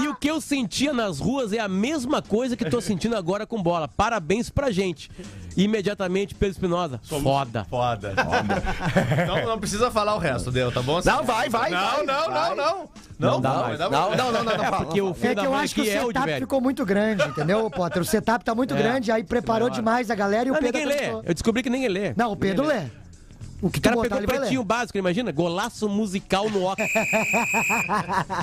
[SPEAKER 8] e o que eu sentia nas ruas é a mesma coisa que tô sentindo agora com bola. Parabéns pra gente. Imediatamente, Pedro Espinosa. Foda.
[SPEAKER 4] Foda. Então não, não precisa falar o resto, deu, tá bom?
[SPEAKER 3] Não, vai, vai. vai,
[SPEAKER 4] Não, não,
[SPEAKER 3] vai.
[SPEAKER 4] não, não. Não,
[SPEAKER 8] dá
[SPEAKER 4] vai
[SPEAKER 8] mais.
[SPEAKER 4] dar
[SPEAKER 3] Não,
[SPEAKER 4] bom.
[SPEAKER 3] não, não, não, não. fala,
[SPEAKER 8] Porque
[SPEAKER 3] não,
[SPEAKER 8] o
[SPEAKER 3] fala.
[SPEAKER 8] filho
[SPEAKER 5] É
[SPEAKER 8] da
[SPEAKER 5] que eu
[SPEAKER 8] mãe
[SPEAKER 5] acho que o
[SPEAKER 8] aqui é o de
[SPEAKER 5] setup
[SPEAKER 8] velho.
[SPEAKER 5] ficou muito grande, entendeu, Potter? O setup tá muito
[SPEAKER 8] É.
[SPEAKER 5] grande, aí preparou
[SPEAKER 8] Senhora.
[SPEAKER 5] demais a galera e o
[SPEAKER 8] Não,
[SPEAKER 5] Pedro
[SPEAKER 8] ninguém lê.
[SPEAKER 5] acertou.
[SPEAKER 8] Eu descobri que ninguém lê.
[SPEAKER 5] né? Não, o Pedro
[SPEAKER 8] Ninguém
[SPEAKER 5] lê. O que
[SPEAKER 8] O
[SPEAKER 5] tu
[SPEAKER 8] cara
[SPEAKER 5] botar,
[SPEAKER 8] pegou o
[SPEAKER 5] ele vai
[SPEAKER 8] pretinho
[SPEAKER 5] ler.
[SPEAKER 8] básico, imagina? Golaço musical no octo.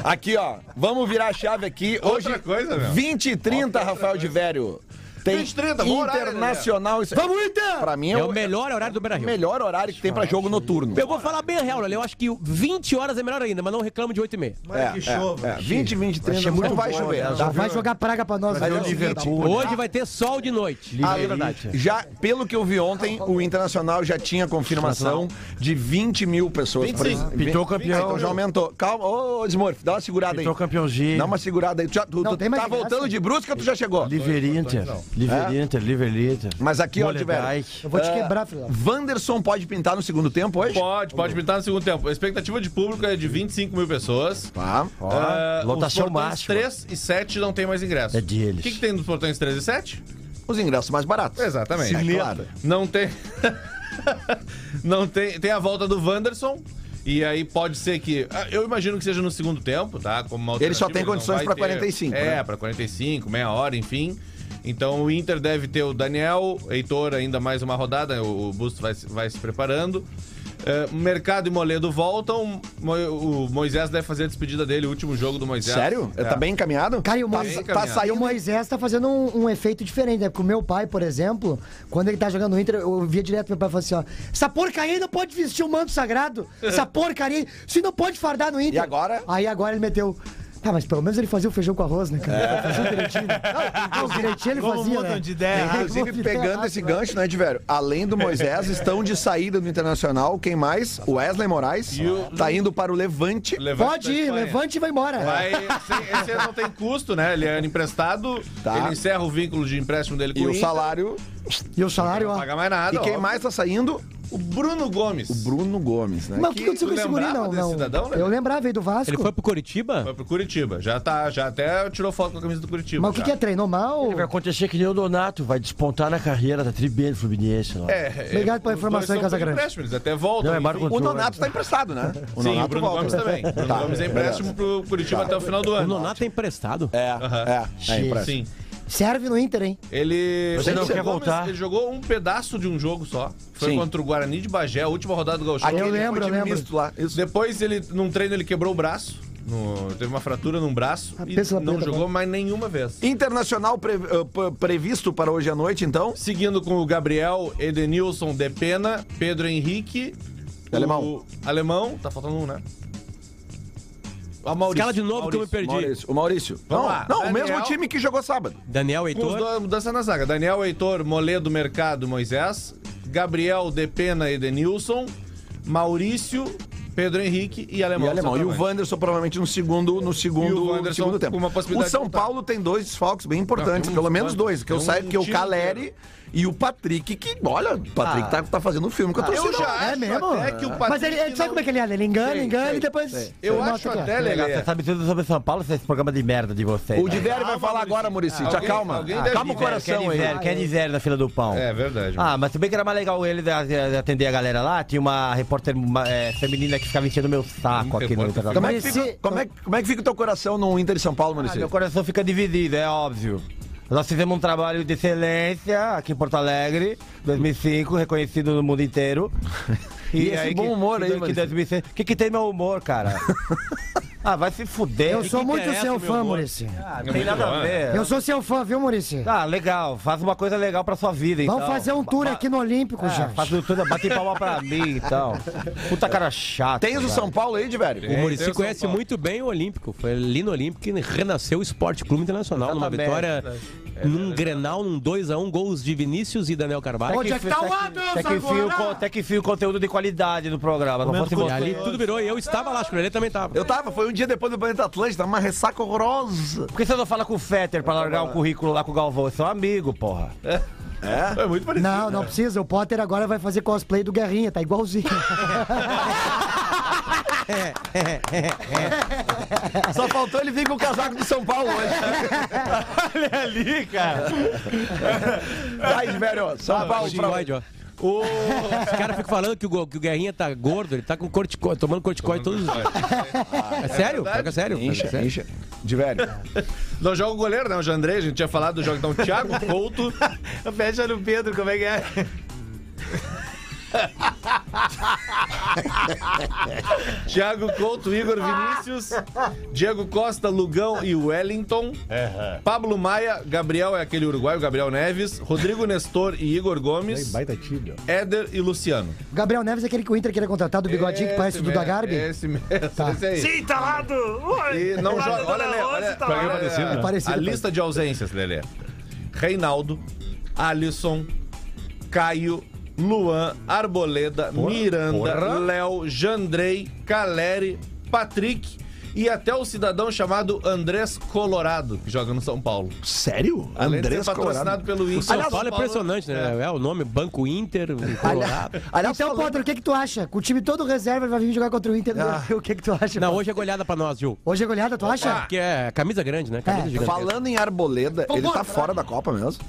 [SPEAKER 3] Aqui, ó. Vamos virar a chave aqui. Hoje,
[SPEAKER 4] Outra coisa, meu.
[SPEAKER 3] 20 e 30, Rafael de Vério. Tem
[SPEAKER 4] 20 e 30, bom horário, né,
[SPEAKER 3] Internacional. Vamos, Inter! Pra mim
[SPEAKER 8] É
[SPEAKER 3] é
[SPEAKER 8] o
[SPEAKER 3] o
[SPEAKER 8] melhor horário do Beira Rio.
[SPEAKER 3] melhor horário que tem pra jogo noturno.
[SPEAKER 8] Eu vou falar bem real, olha, eu acho que 20 horas é melhor ainda, mas não reclamo de 8 e meia.
[SPEAKER 3] É, é, é. 20, 20, 30.
[SPEAKER 7] muito
[SPEAKER 3] não vai
[SPEAKER 7] bom,
[SPEAKER 3] chover.
[SPEAKER 7] né?
[SPEAKER 8] tá
[SPEAKER 3] Dá-
[SPEAKER 5] Vai jogar praga pra nós,
[SPEAKER 7] Mas
[SPEAKER 5] né?
[SPEAKER 7] é o Liverpool.
[SPEAKER 8] Hoje vai ter sol de noite.
[SPEAKER 3] Ah,
[SPEAKER 9] é
[SPEAKER 3] já, pelo que eu vi ontem, o Internacional já tinha confirmação de 20 mil pessoas.
[SPEAKER 4] 25.
[SPEAKER 3] presas.
[SPEAKER 7] Pitou
[SPEAKER 3] Ah,
[SPEAKER 7] campeão.
[SPEAKER 3] então já aumentou. Calma, ô, ô Smurf, dá uma segurada
[SPEAKER 7] Pitou
[SPEAKER 3] aí.
[SPEAKER 7] campeãozinho.
[SPEAKER 3] Dá uma segurada aí. Tu, já- tu-
[SPEAKER 5] Não,
[SPEAKER 3] tu
[SPEAKER 5] tem mais
[SPEAKER 3] tá
[SPEAKER 5] graça.
[SPEAKER 3] voltando de brusca, tu já chegou.
[SPEAKER 7] Liverinter.
[SPEAKER 9] É?
[SPEAKER 7] Liverinter, Liverinter.
[SPEAKER 3] Mas aqui, ó, tiver.
[SPEAKER 7] Moledaik.
[SPEAKER 5] Eu vou te
[SPEAKER 3] Ah,
[SPEAKER 5] quebrar, filho.
[SPEAKER 3] Wanderson pode pintar no segundo tempo hoje?
[SPEAKER 4] Pode, pode pintar no segundo tempo. A expectativa de público é de 25 mil pessoas.
[SPEAKER 3] Tá.
[SPEAKER 4] Ah,
[SPEAKER 7] lotação
[SPEAKER 4] os portões
[SPEAKER 7] máxima.
[SPEAKER 4] 3 e 7 não tem mais ingresso.
[SPEAKER 7] É
[SPEAKER 4] O
[SPEAKER 7] deles.
[SPEAKER 4] que, que tem nos portões 3 e 7?
[SPEAKER 3] Os ingressos mais baratos.
[SPEAKER 4] Exatamente.
[SPEAKER 3] É, claro.
[SPEAKER 4] Não tem. não tem. Tem a volta do Wanderson. E aí pode ser que. ah, Eu imagino que seja no segundo tempo, tá? Como uma
[SPEAKER 3] Ele só
[SPEAKER 4] alternativa,
[SPEAKER 3] tem
[SPEAKER 4] não
[SPEAKER 3] condições
[SPEAKER 4] vai
[SPEAKER 3] pra
[SPEAKER 4] ter-
[SPEAKER 3] 45,
[SPEAKER 4] É,
[SPEAKER 3] né?
[SPEAKER 4] pra 45, meia hora, enfim. Então o Inter deve ter o Daniel, Heitor ainda mais uma rodada, o o Busto vai, se- vai se preparando. Eh, Mercado e Moledo voltam. Mo- O Moisés deve fazer a despedida dele, o último jogo do Moisés.
[SPEAKER 3] Sério?
[SPEAKER 4] É.
[SPEAKER 3] Tá bem encaminhado?
[SPEAKER 5] Cara, e o
[SPEAKER 3] tá,
[SPEAKER 5] Moisés-
[SPEAKER 3] tá
[SPEAKER 5] Aí o
[SPEAKER 3] saindo.
[SPEAKER 5] Moisés tá fazendo um, um efeito diferente, né? Porque o meu pai, por exemplo, quando ele tá jogando no Inter, eu via direto meu pai falando assim, ó, essa porcaria não pode vestir o manto sagrado, essa porcaria, se não pode fardar no Inter.
[SPEAKER 3] E agora?
[SPEAKER 5] Aí agora ele meteu... Tá, mas pelo menos ele fazia o feijão com arroz, né, cara? Fazia o direitinho. né? Não, o direitinho ele
[SPEAKER 2] Como
[SPEAKER 5] fazia,
[SPEAKER 2] mudam
[SPEAKER 5] né?
[SPEAKER 2] de ideia.
[SPEAKER 5] Ah,
[SPEAKER 3] Inclusive,
[SPEAKER 5] como-
[SPEAKER 3] pegando esse gancho, né, Diverio? Além do Moisés, estão de saída do Internacional. Quem mais? O Wesley Moraes. Tá indo para o Levante.
[SPEAKER 4] Levante
[SPEAKER 5] Pode
[SPEAKER 4] da
[SPEAKER 5] ir,
[SPEAKER 4] Espanha.
[SPEAKER 5] levante e vai embora.
[SPEAKER 4] Vai, sem- esse não tem custo, né? Ele é emprestado,
[SPEAKER 3] É. Tá.
[SPEAKER 4] ele encerra o vínculo de empréstimo dele com
[SPEAKER 3] E o
[SPEAKER 4] Inter,
[SPEAKER 3] salário.
[SPEAKER 5] E o salário,
[SPEAKER 4] Não
[SPEAKER 5] ó...
[SPEAKER 4] paga mais nada.
[SPEAKER 3] E quem
[SPEAKER 4] ó.
[SPEAKER 3] mais tá saindo?
[SPEAKER 4] O Bruno Gomes. O
[SPEAKER 3] Bruno Gomes, né?
[SPEAKER 5] Mas o que,
[SPEAKER 4] que
[SPEAKER 5] aconteceu
[SPEAKER 4] tu
[SPEAKER 5] com esse guri,
[SPEAKER 4] lembrava
[SPEAKER 5] não?
[SPEAKER 4] desse
[SPEAKER 5] não.
[SPEAKER 4] cidadão, né?
[SPEAKER 5] Eu lembrava, veio do Vasco.
[SPEAKER 8] Ele foi pro Curitiba?
[SPEAKER 4] Foi pro Curitiba. Já tá, já até tirou foto com a camisa do Curitiba.
[SPEAKER 5] Mas o que,
[SPEAKER 4] já.
[SPEAKER 5] que é? Treinou mal?
[SPEAKER 7] Vai acontecer que nem o Donato, vai despontar na carreira da Tribune Fluminense. Lá.
[SPEAKER 4] É,
[SPEAKER 5] Obrigado pela
[SPEAKER 4] os
[SPEAKER 5] informação,
[SPEAKER 4] dois
[SPEAKER 5] hein,
[SPEAKER 4] são
[SPEAKER 5] Casagrande.
[SPEAKER 4] empréstimos, Eles até voltam.
[SPEAKER 7] Não, é Marco
[SPEAKER 4] enfim.
[SPEAKER 3] O Nonato tá emprestado, né? O
[SPEAKER 4] Sim, o
[SPEAKER 3] Nonato
[SPEAKER 4] Bruno
[SPEAKER 3] volta.
[SPEAKER 4] Gomes também. O Bruno
[SPEAKER 3] Tá.
[SPEAKER 4] Gomes é empréstimo pro Curitiba até o final do
[SPEAKER 8] O
[SPEAKER 4] ano.
[SPEAKER 8] Nonato é emprestado?
[SPEAKER 3] É, é, é, emprestado.
[SPEAKER 4] Sim.
[SPEAKER 5] Serve no Inter, hein?
[SPEAKER 4] Ele.
[SPEAKER 7] Você
[SPEAKER 4] o
[SPEAKER 7] não
[SPEAKER 4] Bruno
[SPEAKER 7] quer
[SPEAKER 4] Gomes,
[SPEAKER 7] voltar?
[SPEAKER 4] Ele jogou um pedaço de um jogo só. Foi
[SPEAKER 3] Sim.
[SPEAKER 4] contra o Guarani de Bagé, a última rodada do Gauchão.
[SPEAKER 5] Eu lembro,
[SPEAKER 3] foi time
[SPEAKER 5] eu lembro.
[SPEAKER 3] misto lá. Isso.
[SPEAKER 4] Depois ele, num treino, ele quebrou o braço. no- teve uma fratura num braço
[SPEAKER 5] Ah,
[SPEAKER 4] e
[SPEAKER 5] pensa na
[SPEAKER 4] não
[SPEAKER 5] preta,
[SPEAKER 4] jogou mais nenhuma vez.
[SPEAKER 3] Internacional pre- eh, p- previsto para hoje à noite, então?
[SPEAKER 4] Seguindo com o Gabriel, Edenilson, Depena, Pedro Henrique.
[SPEAKER 3] Alemão.
[SPEAKER 4] o- Alemão, tá faltando um, né? A
[SPEAKER 8] Escala de novo que eu me perdi.
[SPEAKER 3] Maurício, o Maurício.
[SPEAKER 4] Vamos
[SPEAKER 3] não,
[SPEAKER 4] lá.
[SPEAKER 3] não o
[SPEAKER 4] Daniel.
[SPEAKER 3] mesmo time que jogou sábado.
[SPEAKER 8] Daniel
[SPEAKER 4] Com os
[SPEAKER 8] Heitor.
[SPEAKER 4] dois, mudança na zaga. Daniel, Heitor, Moledo, Mercado, Moisés. Gabriel, Depena, Edenilson. Maurício, Pedro Henrique e Alemão.
[SPEAKER 3] E alemão. E o
[SPEAKER 4] centroavante.
[SPEAKER 3] Wanderson provavelmente no segundo, no
[SPEAKER 4] E o
[SPEAKER 3] segundo,
[SPEAKER 4] Wanderson
[SPEAKER 3] no segundo tempo.
[SPEAKER 4] com uma possibilidade
[SPEAKER 3] o São
[SPEAKER 4] de voltar.
[SPEAKER 3] Paulo tem dois desfalques bem importantes,
[SPEAKER 4] tem uns
[SPEAKER 3] pelo menos
[SPEAKER 4] quantos?
[SPEAKER 3] dois, que eu
[SPEAKER 4] Tem um
[SPEAKER 3] saiba que é o
[SPEAKER 4] time
[SPEAKER 3] Caleri
[SPEAKER 4] inteiro. Ah.
[SPEAKER 3] e o Patrick, que olha, o Patrick tá, tá fazendo um filme com a torcida.
[SPEAKER 4] Eu já acho
[SPEAKER 5] é mesmo?
[SPEAKER 4] até que o Patrick
[SPEAKER 5] Mas ele, ele- sabe
[SPEAKER 4] não-
[SPEAKER 5] como é que ele anda? Ele engana,
[SPEAKER 3] Sei,
[SPEAKER 5] engana
[SPEAKER 3] sei,
[SPEAKER 5] e depois.
[SPEAKER 4] Eu
[SPEAKER 5] Nossa,
[SPEAKER 4] acho
[SPEAKER 5] aqui, ó.
[SPEAKER 4] até, Lelê.
[SPEAKER 3] tá
[SPEAKER 7] Você sabe tudo sobre São Paulo, esse programa de merda de vocês. né?
[SPEAKER 3] O Diverio vai falar agora, Murici. Te
[SPEAKER 4] Ah, alguém-
[SPEAKER 3] acalma.
[SPEAKER 4] alguém deve
[SPEAKER 3] Acalma o
[SPEAKER 4] Diverio,
[SPEAKER 3] coração aí.
[SPEAKER 7] Quer Quer dizer na fila do pão.
[SPEAKER 4] É verdade.
[SPEAKER 7] Ah, mas também que era mais legal ele da- de atender a galera lá. Tinha uma repórter uma, é, feminina que ficava enchendo meu
[SPEAKER 5] ah,
[SPEAKER 7] saco
[SPEAKER 4] Um
[SPEAKER 7] aqui no
[SPEAKER 4] repórter
[SPEAKER 7] canal.
[SPEAKER 3] Como é, que
[SPEAKER 5] Muricy-
[SPEAKER 3] fica, como, é, que- como é que fica o teu coração no Inter e São Paulo,
[SPEAKER 7] Ah,
[SPEAKER 3] Murici?
[SPEAKER 7] meu coração fica dividido, é óbvio. Nós fizemos um trabalho de excelência aqui em Porto Alegre, 2005, reconhecido no mundo inteiro.
[SPEAKER 3] E esse bom humor aí,
[SPEAKER 7] O que,
[SPEAKER 3] Maurício?
[SPEAKER 7] 2006 que, que tem meu humor, cara? ah, vai se fuder.
[SPEAKER 5] Eu
[SPEAKER 7] que
[SPEAKER 5] sou
[SPEAKER 7] que
[SPEAKER 5] muito
[SPEAKER 7] interessa
[SPEAKER 5] seu
[SPEAKER 7] meu
[SPEAKER 5] fã,
[SPEAKER 7] humor?
[SPEAKER 5] Murici.
[SPEAKER 7] Ah, não tem nada a ver.
[SPEAKER 5] Eu sou seu fã, viu, Murici?
[SPEAKER 7] Tá, legal. Faz uma coisa legal pra sua vida, então.
[SPEAKER 5] Vamos fazer um tour
[SPEAKER 7] Ba-
[SPEAKER 5] aqui no Olímpico,
[SPEAKER 7] É,
[SPEAKER 5] gente.
[SPEAKER 7] faz tudo, bate palma pra mim, então. Puta cara chata.
[SPEAKER 3] Tens o
[SPEAKER 7] cara.
[SPEAKER 3] São Paulo aí,
[SPEAKER 8] O
[SPEAKER 3] Diverio?
[SPEAKER 4] tem
[SPEAKER 8] Murici
[SPEAKER 4] o São
[SPEAKER 8] conhece
[SPEAKER 4] Paulo.
[SPEAKER 8] muito bem o Olímpico. Foi ali no Olímpico que renasceu o Esporte Clube Internacional. Numa
[SPEAKER 7] Exatamente.
[SPEAKER 8] vitória num Grenal, num 2x1, gols de Vinícius e Daniel Carvalho.
[SPEAKER 5] Onde é que tá o Adams
[SPEAKER 7] Até que enfim, o
[SPEAKER 5] agora?
[SPEAKER 7] con- até que enfim o conteúdo de qualidade do programa. Não fosse
[SPEAKER 8] E ali
[SPEAKER 7] você.
[SPEAKER 8] tudo virou. E eu estava lá, acho que o Lelê também estava.
[SPEAKER 3] Eu tava, foi um dia depois do Planeta Atlântico, tá uma ressaca horrorosa.
[SPEAKER 7] Por que você não fala com o Fetter pra largar o currículo lá com o Galvão? Você é um amigo, porra.
[SPEAKER 3] É?
[SPEAKER 4] É muito parecido.
[SPEAKER 5] Não, não precisa. O Potter agora vai fazer cosplay do Guerrinha, tá igualzinho.
[SPEAKER 3] Só faltou ele vir com o casaco do São Paulo hoje.
[SPEAKER 9] Olha ali, cara.
[SPEAKER 3] Vai, velho. São Paulo pra...
[SPEAKER 8] Tiroide, ó. Os caras ficam falando que o, Go- que o Guerrinha tá gordo, ele tá com cortico, tomando corticoide todos os dias. É sério?
[SPEAKER 4] verdade.
[SPEAKER 8] Pega sério? Pega
[SPEAKER 3] Incha,
[SPEAKER 8] sério.
[SPEAKER 3] incha. De velho.
[SPEAKER 4] Não joga o goleiro, né? O Jandrei, a gente tinha falado do jogo. Então, Thiago Couto.
[SPEAKER 2] Fecha no Pedro, como é que é?
[SPEAKER 4] Thiago Couto, Igor Vinícius, Diego Costa, Lugão e Wellington. Pablo Maia, Gabriel é aquele uruguaio, Gabriel Neves, Rodrigo Nestor e Igor Gomes,
[SPEAKER 3] Baita time, ó.
[SPEAKER 4] Éder e Luciano.
[SPEAKER 5] O Gabriel Neves é aquele que o Inter queria contratar, do bigodinho que parece o do
[SPEAKER 4] mesmo,
[SPEAKER 5] Dagarbi.
[SPEAKER 4] Esse mesmo,
[SPEAKER 5] Tá.
[SPEAKER 4] esse aí.
[SPEAKER 10] Sim, tá lá do. tá
[SPEAKER 4] E não
[SPEAKER 10] Lá
[SPEAKER 4] joga.
[SPEAKER 10] do
[SPEAKER 4] Olha, Lelê,
[SPEAKER 10] Dona
[SPEAKER 4] olha,
[SPEAKER 10] Rose, tá
[SPEAKER 4] olha,
[SPEAKER 10] lá.
[SPEAKER 4] olha
[SPEAKER 5] É parecido,
[SPEAKER 4] a
[SPEAKER 5] parece.
[SPEAKER 4] lista de ausências, Lelê. Reinaldo, Alisson, Caio, Luan, Arboleda, Miranda, Léo, Jandrei, Caleri, Patrick e até o cidadão chamado Andrés Colorado, que joga no São Paulo.
[SPEAKER 3] Sério?
[SPEAKER 4] Além de ser
[SPEAKER 3] Andrés
[SPEAKER 4] patrocinado
[SPEAKER 3] Colorado.
[SPEAKER 4] pelo Inter.
[SPEAKER 8] O São
[SPEAKER 4] Aliás,
[SPEAKER 8] Paulo é impressionante, né? É. o nome, Banco Inter, o Colorado.
[SPEAKER 3] Aliás,
[SPEAKER 5] Então,
[SPEAKER 3] falando-
[SPEAKER 5] Potter, o que, que tu acha? Com o time todo reserva, ele vai vir jogar contra o Inter do Brasil. O que, que tu acha?
[SPEAKER 8] Não,
[SPEAKER 5] Potter?
[SPEAKER 8] hoje é goleada pra nós, Gil.
[SPEAKER 5] Hoje é goleada, tu acha?
[SPEAKER 8] Porque é camisa grande, né? Camisa
[SPEAKER 5] É,
[SPEAKER 8] gigante.
[SPEAKER 3] Falando em Arboleda, ele tá fora da Copa mesmo?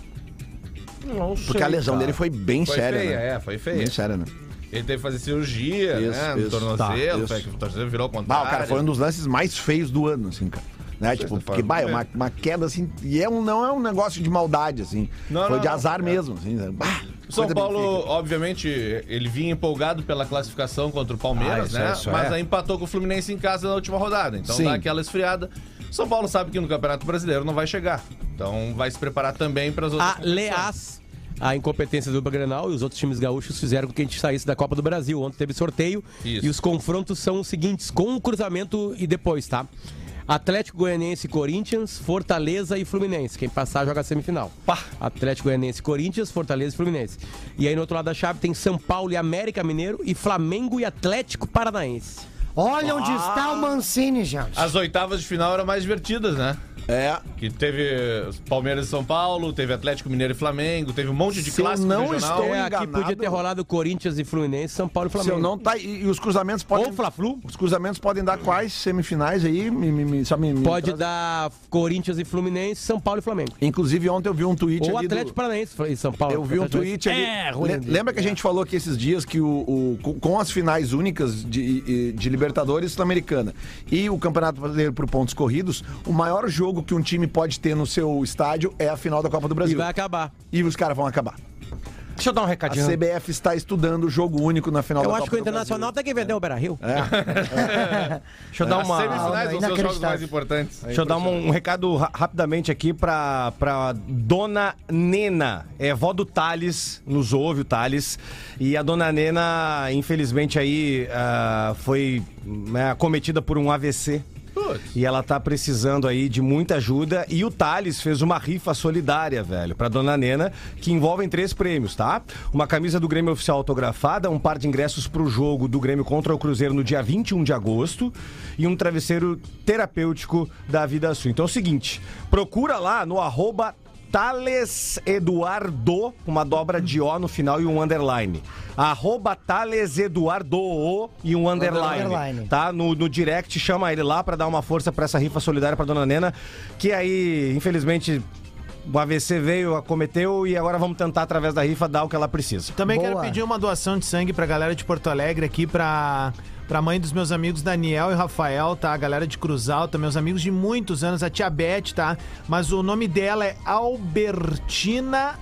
[SPEAKER 3] Porque a lesão dele foi bem
[SPEAKER 4] Foi
[SPEAKER 3] séria,
[SPEAKER 4] feia,
[SPEAKER 3] né?
[SPEAKER 4] é, foi feia.
[SPEAKER 3] Bem séria, né?
[SPEAKER 4] Ele teve que fazer cirurgia,
[SPEAKER 3] Isso,
[SPEAKER 4] né?
[SPEAKER 3] isso.
[SPEAKER 4] No tornozelo,
[SPEAKER 3] Tá, isso.
[SPEAKER 4] foi que o tornozelo virou ao
[SPEAKER 3] Bah,
[SPEAKER 4] contrário.
[SPEAKER 3] o cara foi um dos lances mais feios do ano, assim, cara. Né? Tipo,
[SPEAKER 4] estão
[SPEAKER 3] porque,
[SPEAKER 4] falando
[SPEAKER 3] bah, é
[SPEAKER 4] bem.
[SPEAKER 3] uma, uma queda, assim, e é um, não é um negócio de maldade, assim.
[SPEAKER 4] Não,
[SPEAKER 3] foi
[SPEAKER 4] não,
[SPEAKER 3] de
[SPEAKER 4] não.
[SPEAKER 3] azar mesmo, assim. né? Bah,
[SPEAKER 4] O São
[SPEAKER 3] coisa
[SPEAKER 4] Paulo,
[SPEAKER 3] bem feia.
[SPEAKER 4] obviamente, ele vinha empolgado pela classificação contra o
[SPEAKER 3] Ah,
[SPEAKER 4] Palmeiras,
[SPEAKER 3] isso
[SPEAKER 4] né?
[SPEAKER 3] é, isso
[SPEAKER 4] Mas
[SPEAKER 3] é.
[SPEAKER 4] aí empatou com o Fluminense em casa na última rodada. Então
[SPEAKER 3] Sim.
[SPEAKER 4] dá aquela esfriada. São Paulo sabe que no Campeonato Brasileiro não vai chegar. Então vai se preparar também para as outras.
[SPEAKER 8] Aliás, a incompetência do Grenal e os outros times gaúchos fizeram com que a gente saísse da Copa do Brasil. Ontem teve sorteio
[SPEAKER 4] Isso.
[SPEAKER 8] e os confrontos são os seguintes, com o cruzamento e depois, tá? Atlético Goianiense e Corinthians, Fortaleza e Fluminense. Quem passar joga a semifinal. Atlético Goianiense e Corinthians, Fortaleza e Fluminense. E aí no outro lado da chave tem São Paulo e América Mineiro e Flamengo e Atlético Paranaense.
[SPEAKER 5] Olha onde está o Mancini, gente.
[SPEAKER 4] As oitavas de final eram mais divertidas, né?
[SPEAKER 3] É,
[SPEAKER 4] Que teve Palmeiras e São Paulo, teve Atlético Mineiro e Flamengo, teve um monte de
[SPEAKER 3] Se eu
[SPEAKER 4] clássico
[SPEAKER 3] não
[SPEAKER 4] regional.
[SPEAKER 3] estou-
[SPEAKER 8] É, aqui
[SPEAKER 3] enganado.
[SPEAKER 8] podia ter rolado Corinthians e Fluminense, São Paulo
[SPEAKER 3] se
[SPEAKER 8] e Flamengo.
[SPEAKER 3] eu não tá. E, e os cruzamentos
[SPEAKER 8] Ou
[SPEAKER 3] podem.
[SPEAKER 8] Fla-Flu,
[SPEAKER 3] Os cruzamentos podem dar quais semifinais aí? Me, me, me, só me, me
[SPEAKER 8] pode
[SPEAKER 3] traz-
[SPEAKER 8] dar Corinthians e Fluminense, São Paulo e Flamengo.
[SPEAKER 3] Inclusive, ontem eu vi um tweet
[SPEAKER 8] Ou
[SPEAKER 3] ali. do-
[SPEAKER 8] Atlético Paranaense e São Paulo.
[SPEAKER 3] Eu vi um
[SPEAKER 8] Atlético
[SPEAKER 3] tweet ali.
[SPEAKER 10] É, ruim
[SPEAKER 3] Le- Lembra que a gente falou aqui esses dias que o, o- com- com as finais únicas de, e- de Libertadores Sul-Americana e o Campeonato Brasileiro por pontos corridos, o maior jogo que um time pode ter no seu estádio é a final da Copa do
[SPEAKER 8] E
[SPEAKER 3] Brasil.
[SPEAKER 8] vai acabar.
[SPEAKER 3] E os caras vão acabar.
[SPEAKER 9] Deixa eu dar um
[SPEAKER 3] A
[SPEAKER 9] recadinho.
[SPEAKER 3] CBF está estudando o jogo único na final
[SPEAKER 8] Eu
[SPEAKER 3] da
[SPEAKER 8] acho que
[SPEAKER 3] Copa É.
[SPEAKER 8] o Internacional tem que vender o Beira Rio.
[SPEAKER 9] Deixa eu dar
[SPEAKER 4] As
[SPEAKER 9] uma.
[SPEAKER 4] semifinais vão ser os jogos
[SPEAKER 5] Inacreditável.
[SPEAKER 4] mais importantes.
[SPEAKER 9] Deixa eu dar um, um recado ra- rapidamente aqui pra, pra Dona Nena. É vó do Thales, nos ouve o Thales. E a Dona Nena, infelizmente, aí ah, foi né, acometida por um AVC. E ela tá precisando aí de muita ajuda. E o Thales fez uma rifa solidária, velho, pra Dona Nena, que envolvem três prêmios, tá? Uma camisa do Grêmio Oficial autografada, um par de ingressos pro jogo do Grêmio contra o Cruzeiro no dia 21 de agosto e um travesseiro terapêutico da Vida Sua. Então é o seguinte, procura lá no arroba Thales Eduardo, uma dobra de O no final e um underline. Arroba Thales Eduardo O e um underline.
[SPEAKER 5] Underline.
[SPEAKER 9] Tá? No, no direct, chama ele lá pra dar uma força pra essa rifa solidária pra dona Nena, que aí, infelizmente. O AVC veio, acometeu e agora vamos tentar, através da rifa, dar o que ela precisa.
[SPEAKER 2] Também
[SPEAKER 5] Boa.
[SPEAKER 2] quero pedir uma doação de sangue pra galera de Porto Alegre aqui, pra, pra mãe dos meus amigos Daniel e Rafael, tá? A galera de Cruz Alta, meus amigos de muitos anos, a tia Beth, tá? Mas o nome dela é Albertina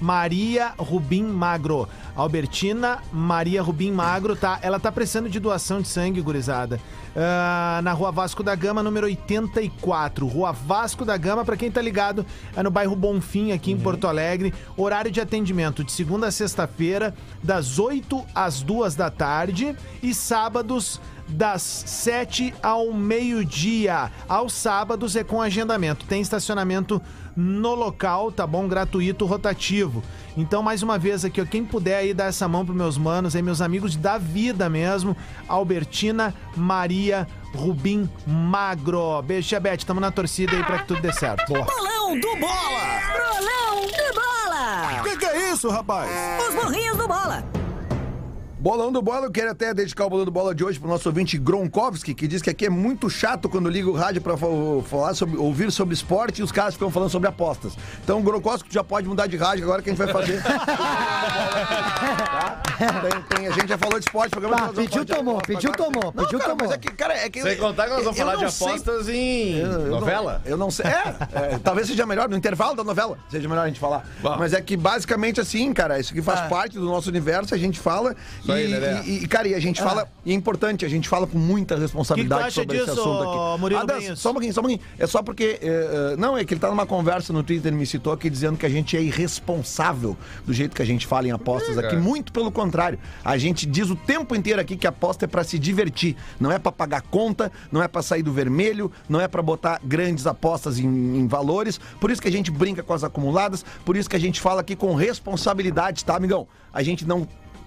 [SPEAKER 2] Maria Rubim Magro. Albertina Maria Rubim Magro, tá? Ela tá precisando de doação de sangue, gurizada. Ah, na Rua Vasco da Gama, número 84. Rua Vasco da Gama, pra quem tá ligado, é no bairro Bonfim, aqui em Porto Alegre. Horário de atendimento de segunda a sexta-feira, das 8 às 2 da tarde e sábados das 7 ao meio-dia. Aos sábados é com agendamento. Tem estacionamento no local, tá bom? Gratuito, rotativo. Então, mais uma vez aqui, ó, quem puder aí dar essa mão pros meus manos, aí meus amigos da vida mesmo, Albertina, Maria, Rubim Magro. Beijo, Tia Beth, tamo na torcida aí pra que tudo dê certo.
[SPEAKER 10] Bolão do Bola!
[SPEAKER 11] Bolão de bola!
[SPEAKER 1] é isso, rapaz?
[SPEAKER 10] Os burrinhos do bola.
[SPEAKER 3] Bolão do Bola, eu quero até dedicar o Bolão do Bola de hoje pro nosso ouvinte Gronkowski, que diz que aqui é muito chato quando liga o rádio pra fa- falar sobre, ouvir sobre esporte e os caras ficam falando sobre apostas. Então, Gronkowski, tu já pode mudar de rádio agora que a gente vai fazer. Tá? tem, tem- a gente já falou de esporte, programa
[SPEAKER 5] Tá,
[SPEAKER 3] de razão,
[SPEAKER 5] pediu,
[SPEAKER 3] pode-
[SPEAKER 5] tomou,
[SPEAKER 3] agora-
[SPEAKER 5] pediu, tomou,
[SPEAKER 3] Não,
[SPEAKER 5] pediu,
[SPEAKER 3] cara,
[SPEAKER 5] tomou.
[SPEAKER 3] Mas é que, cara, é que...
[SPEAKER 4] Sem contar que nós vamos
[SPEAKER 3] eu
[SPEAKER 4] falar de
[SPEAKER 3] não sei-
[SPEAKER 4] apostas em
[SPEAKER 3] eu não-
[SPEAKER 4] novela.
[SPEAKER 3] eu não sei. É, é, talvez seja melhor, no intervalo da novela, seja melhor a gente falar.
[SPEAKER 4] Bom.
[SPEAKER 3] Mas é que basicamente assim, cara, isso aqui faz parte do nosso universo, a gente fala. E,
[SPEAKER 4] aí, né, Lelé.
[SPEAKER 3] e- e, cara, e a gente fala, e é importante, a gente fala com muita responsabilidade
[SPEAKER 2] Que que tu acha
[SPEAKER 3] sobre esse
[SPEAKER 2] disso,
[SPEAKER 3] assunto aqui.
[SPEAKER 2] Murilo
[SPEAKER 3] Adas,
[SPEAKER 2] Mendes?
[SPEAKER 3] só um pouquinho, só um pouquinho. É só porque. é, é, não, é que ele tá numa conversa no Twitter, ele me citou aqui dizendo que a gente é irresponsável do jeito que a gente fala em apostas aqui.
[SPEAKER 4] cara?
[SPEAKER 3] Muito pelo contrário. A gente diz o tempo inteiro aqui que a aposta é pra se divertir. Não é pra pagar conta, não é pra sair do vermelho, não é pra botar grandes apostas em, em valores. Por isso que a gente brinca com as acumuladas, por isso que a gente fala aqui com responsabilidade, tá, amigão? A gente não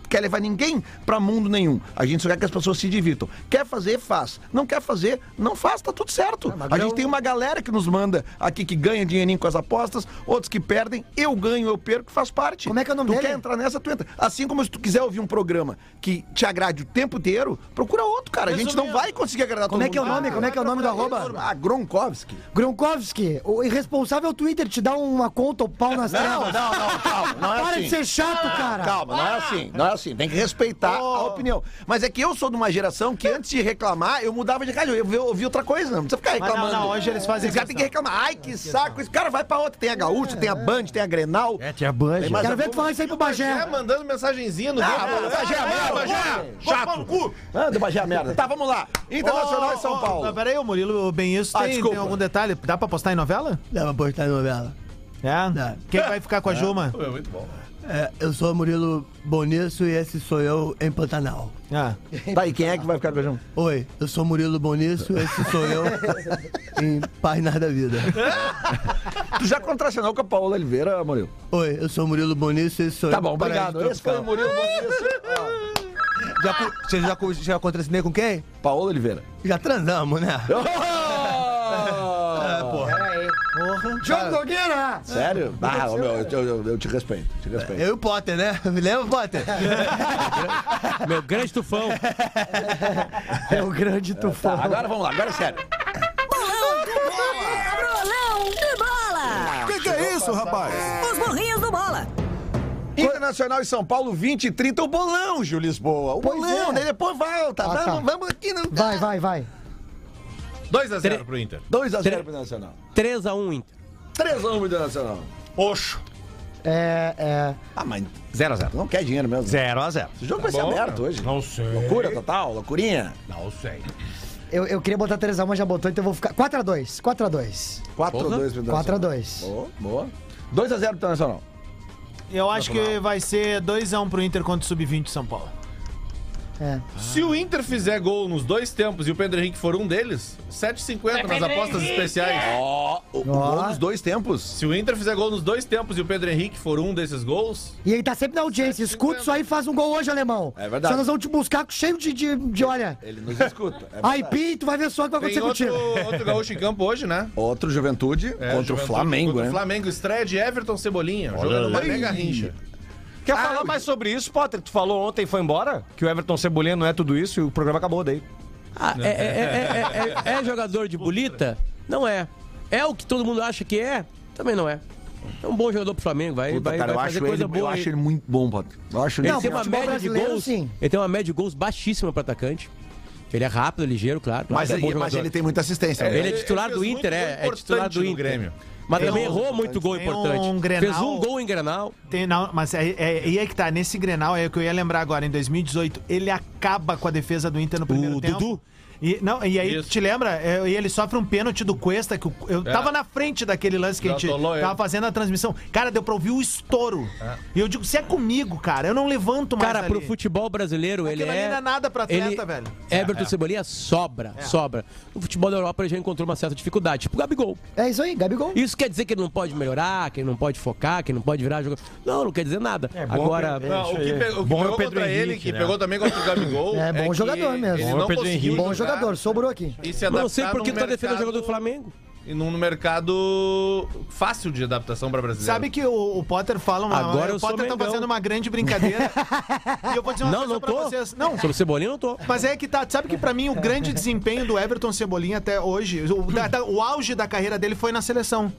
[SPEAKER 3] quer levar ninguém pra mundo nenhum. A gente só quer que as pessoas se divirtam. Quer fazer, faz. Não quer fazer, não faz, tá tudo
[SPEAKER 5] Ah,
[SPEAKER 3] certo. a gente tem uma galera que nos manda aqui que ganha dinheirinho com as apostas, outros que perdem. Eu ganho, eu perco, faz parte.
[SPEAKER 5] Como é que é o nome
[SPEAKER 3] tu
[SPEAKER 5] dele?
[SPEAKER 3] Quer entrar nessa, tu entra. Assim como se tu quiser ouvir um programa que te agrade o tempo inteiro, procura outro, cara. A gente não vai conseguir agradar
[SPEAKER 5] Como
[SPEAKER 3] todo
[SPEAKER 5] é que é o
[SPEAKER 3] mundo.
[SPEAKER 5] nome? Como é que é o nome do arroba?
[SPEAKER 3] Ah, Gronkowski.
[SPEAKER 5] Gronkowski, o irresponsável Twitter te dá uma conta, o pau nas trevas.
[SPEAKER 3] não, calma, não é assim.
[SPEAKER 5] Para de ser chato, cara.
[SPEAKER 3] Calma, não é assim, não é assim. Tem que respeitar
[SPEAKER 2] Oh.
[SPEAKER 3] a opinião. Mas é que eu sou de uma geração que antes de reclamar, eu mudava de rádio, eu ouvi- eu ouvi outra coisa, não precisa ficar
[SPEAKER 2] Mas
[SPEAKER 3] reclamando.
[SPEAKER 2] não, não, hoje eles fazem
[SPEAKER 3] Esse cara tem que reclamar. Ai, que saco. Esse cara vai pra outra. Tem a Gaúcha, tem a Band, tem a Grenal. É, tem a Band.
[SPEAKER 5] Quero ver tu falar isso aí pro
[SPEAKER 4] É,
[SPEAKER 5] Bagé.
[SPEAKER 4] mandando mensagenzinha no
[SPEAKER 3] Ah, mano, Bagé, é merda,
[SPEAKER 4] Chato.
[SPEAKER 3] Ah, do Bagé é merda. Tá, vamos lá. Internacional
[SPEAKER 2] Ô,
[SPEAKER 3] e São
[SPEAKER 2] ô,
[SPEAKER 3] Paulo.
[SPEAKER 2] não, Peraí, o Murilo bem isso
[SPEAKER 3] Ah,
[SPEAKER 2] tem,
[SPEAKER 3] desculpa.
[SPEAKER 2] tem algum detalhe? Dá pra postar em novela?
[SPEAKER 7] Dá pra postar novela.
[SPEAKER 2] É? Quem vai ficar com a Juma?
[SPEAKER 4] É muito bom.
[SPEAKER 7] eu sou Murilo Boniço e esse sou eu em Pantanal.
[SPEAKER 2] Ah.
[SPEAKER 3] Tá, e quem é que vai ficar com a João?
[SPEAKER 7] Oi, eu sou Murilo Boniço, esse sou eu em Páginas da Vida.
[SPEAKER 3] Tu já contracionou com a Paola Oliveira, Murilo?
[SPEAKER 7] Oi, eu sou Murilo Boniço, esse sou
[SPEAKER 3] Tá
[SPEAKER 7] eu.
[SPEAKER 3] bom,
[SPEAKER 7] do Paraíso
[SPEAKER 3] obrigado. Esse foi o
[SPEAKER 7] Tropical.
[SPEAKER 3] Murilo assim, Bonito.
[SPEAKER 7] Já, co- você já, co- já contracenei com quem?
[SPEAKER 3] Paola Oliveira.
[SPEAKER 7] Já transamos, né? É, porra.
[SPEAKER 5] Diogo Nogueira!
[SPEAKER 3] Sério? Ah, ô, meu, eu, eu- eu te respeito. Te respeito.
[SPEAKER 7] Eu e o Potter, né? Me lembra, Potter?
[SPEAKER 8] Meu grande tufão.
[SPEAKER 5] É o grande
[SPEAKER 3] Tá,
[SPEAKER 5] tufão.
[SPEAKER 3] agora vamos lá, agora é sério.
[SPEAKER 10] Bolão do bola. Bolão do bola.
[SPEAKER 1] Que que é isso, rapaz?
[SPEAKER 10] Os burrinhos do bola.
[SPEAKER 3] Internacional e São Paulo, 20 e 30, o bolão, Gil Lisboa. O
[SPEAKER 5] Pois
[SPEAKER 3] bolão,
[SPEAKER 5] é.
[SPEAKER 3] daí depois volta.
[SPEAKER 5] Ah,
[SPEAKER 3] vamos,
[SPEAKER 5] tá.
[SPEAKER 3] vamos aqui, não.
[SPEAKER 5] Vai, vai, vai.
[SPEAKER 4] 2x0 pro Inter.
[SPEAKER 3] 2x0 pro Internacional.
[SPEAKER 8] 3x1 Inter.
[SPEAKER 3] 3x1 pro Internacional.
[SPEAKER 9] Oxo.
[SPEAKER 5] É, é.
[SPEAKER 3] Ah, mas
[SPEAKER 9] 0x0.
[SPEAKER 3] tu não quer dinheiro mesmo.
[SPEAKER 9] 0x0.
[SPEAKER 3] Esse jogo vai ser
[SPEAKER 4] bom,
[SPEAKER 3] aberto hoje.
[SPEAKER 9] Não sei.
[SPEAKER 3] Loucura total, loucurinha.
[SPEAKER 9] Não sei.
[SPEAKER 5] Eu, eu queria botar 3x1, mas já botou, então eu vou ficar. 4x2, 4x2.
[SPEAKER 3] 4x2 pro Internacional.
[SPEAKER 5] 4x2.
[SPEAKER 3] Boa, boa. 2x0 pro Internacional.
[SPEAKER 2] Eu acho que vai ser 2x1 pro Inter contra o Sub-20 de São Paulo.
[SPEAKER 5] É.
[SPEAKER 4] Se o Inter fizer gol nos dois tempos e o Pedro Henrique for um deles, 7,50 nas apostas especiais.
[SPEAKER 3] Ó, o o gol dos dois tempos.
[SPEAKER 4] Se o Inter fizer gol nos dois tempos e o Pedro Henrique for um desses gols,
[SPEAKER 5] E ele tá sempre na audiência. Escuta isso aí e faz um gol hoje, alemão.
[SPEAKER 3] É verdade. É
[SPEAKER 5] Só nós vamos te buscar com- cheio de, de, de olha.
[SPEAKER 3] Ele nos escuta. É
[SPEAKER 5] Aí,
[SPEAKER 3] verdade.
[SPEAKER 5] Pi, tu vai ver só o que vai
[SPEAKER 4] tem
[SPEAKER 5] acontecer
[SPEAKER 4] outro,
[SPEAKER 5] contigo.
[SPEAKER 4] outro gaúcho em campo hoje, né?
[SPEAKER 3] Outro Juventude
[SPEAKER 4] É,
[SPEAKER 3] contra o
[SPEAKER 4] Juventude
[SPEAKER 3] Flamengo,
[SPEAKER 4] contra
[SPEAKER 3] né?
[SPEAKER 4] o Flamengo, estreia de Everton Cebolinha, jogando uma mega rincha.
[SPEAKER 9] Quer falar mais sobre isso, Potter? Tu falou ontem e foi embora? Que o Everton Cebolinha não é tudo isso e o programa acabou daí.
[SPEAKER 8] Ah, é, é- é- é- é- é jogador de bolita? Não é. É o que todo mundo acha que é? Também não é. É um bom jogador pro Flamengo, vai,
[SPEAKER 3] Puta,
[SPEAKER 8] vai,
[SPEAKER 3] cara, eu
[SPEAKER 8] vai
[SPEAKER 3] acho,
[SPEAKER 8] fazer
[SPEAKER 3] ele,
[SPEAKER 8] coisa
[SPEAKER 3] eu
[SPEAKER 8] boa. aí.
[SPEAKER 3] acho ele muito bom, Pato. Eu acho ele
[SPEAKER 8] Ele
[SPEAKER 5] Não,
[SPEAKER 8] tem uma
[SPEAKER 5] futebol
[SPEAKER 8] média de
[SPEAKER 5] brasileiro,
[SPEAKER 8] gols.
[SPEAKER 5] sim.
[SPEAKER 8] Ele tem uma média de gols baixíssima para atacante. Ele é rápido, ligeiro, claro. claro,
[SPEAKER 3] Mas,
[SPEAKER 8] é bom
[SPEAKER 3] ele- mas
[SPEAKER 8] jogador.
[SPEAKER 3] ele tem muita assistência. né?
[SPEAKER 8] Ele é titular
[SPEAKER 4] Ele
[SPEAKER 8] do
[SPEAKER 4] fez
[SPEAKER 8] Inter,
[SPEAKER 4] muito gol
[SPEAKER 8] é, é titular
[SPEAKER 4] importante
[SPEAKER 8] do
[SPEAKER 4] no
[SPEAKER 8] Inter.
[SPEAKER 4] Grêmio.
[SPEAKER 8] Mas
[SPEAKER 3] é
[SPEAKER 8] também
[SPEAKER 2] um-
[SPEAKER 8] errou muito gol
[SPEAKER 2] tem
[SPEAKER 8] importante.
[SPEAKER 2] um
[SPEAKER 8] Fez
[SPEAKER 2] Grenal-
[SPEAKER 8] um gol em Grenal.
[SPEAKER 2] Tem, não, mas é, é, e aí que tá, nesse Grenal, é o que eu ia lembrar agora, em 2018, ele acaba com a defesa do Inter no primeiro tempo.
[SPEAKER 8] Dudu?
[SPEAKER 2] E, não, e aí,
[SPEAKER 4] Isso.
[SPEAKER 2] tu te lembra? É, e ele sofre um pênalti do Cuesta, que o- eu
[SPEAKER 4] É.
[SPEAKER 2] tava na frente daquele lance que a gente
[SPEAKER 4] Já atolou ele.
[SPEAKER 2] tava fazendo a transmissão. Cara, deu pra ouvir o estouro. E eu digo, se é comigo, cara, eu não levanto mais
[SPEAKER 8] Cara,
[SPEAKER 2] ali.
[SPEAKER 8] pro futebol brasileiro, ele
[SPEAKER 2] Aquilo ali
[SPEAKER 8] é.
[SPEAKER 2] não é nada pra atleta, velho. É.
[SPEAKER 8] Everton Cebolinha sobra, sobra. O futebol da Europa ele já encontrou uma certa dificuldade, tipo o Gabigol.
[SPEAKER 5] É isso aí, Gabigol.
[SPEAKER 8] Isso quer dizer que ele não pode melhorar, que ele não pode focar, que ele não pode virar jogador. Não, não quer dizer nada.
[SPEAKER 2] É
[SPEAKER 8] Agora,
[SPEAKER 4] Não, o que, pe- o que
[SPEAKER 9] Bom é o
[SPEAKER 4] pegou
[SPEAKER 9] Pedro
[SPEAKER 4] contra ele,
[SPEAKER 9] Henrique,
[SPEAKER 4] que
[SPEAKER 9] né?
[SPEAKER 4] pegou também contra o Gabigol.
[SPEAKER 5] É, bom
[SPEAKER 4] que
[SPEAKER 5] jogador mesmo.
[SPEAKER 4] ele
[SPEAKER 5] Bom
[SPEAKER 4] não
[SPEAKER 8] é
[SPEAKER 9] Pedro
[SPEAKER 4] conseguiu
[SPEAKER 9] Henrique.
[SPEAKER 5] Bom
[SPEAKER 4] jogar
[SPEAKER 5] jogador, sobrou aqui.
[SPEAKER 4] E se
[SPEAKER 8] não sei
[SPEAKER 4] adaptar
[SPEAKER 8] por que
[SPEAKER 4] num
[SPEAKER 8] tu tá defendendo o
[SPEAKER 4] mercado-
[SPEAKER 8] jogador do Flamengo.
[SPEAKER 4] e num mercado fácil de adaptação para brasileiro.
[SPEAKER 2] Sabe que o, o Potter fala uma.
[SPEAKER 8] Agora
[SPEAKER 2] o
[SPEAKER 8] eu sou
[SPEAKER 2] Potter tá
[SPEAKER 8] Mengão.
[SPEAKER 2] fazendo uma grande brincadeira. e eu vou dizer uma
[SPEAKER 8] Não,
[SPEAKER 2] coisa
[SPEAKER 8] não
[SPEAKER 2] é pra
[SPEAKER 8] tô.
[SPEAKER 2] vocês. Não,
[SPEAKER 8] Sobre o Cebolinha, eu não tô.
[SPEAKER 2] Mas é que tá. Sabe que pra mim o grande desempenho do Everton Cebolinha até hoje, o, da- da- o auge da carreira dele foi na seleção.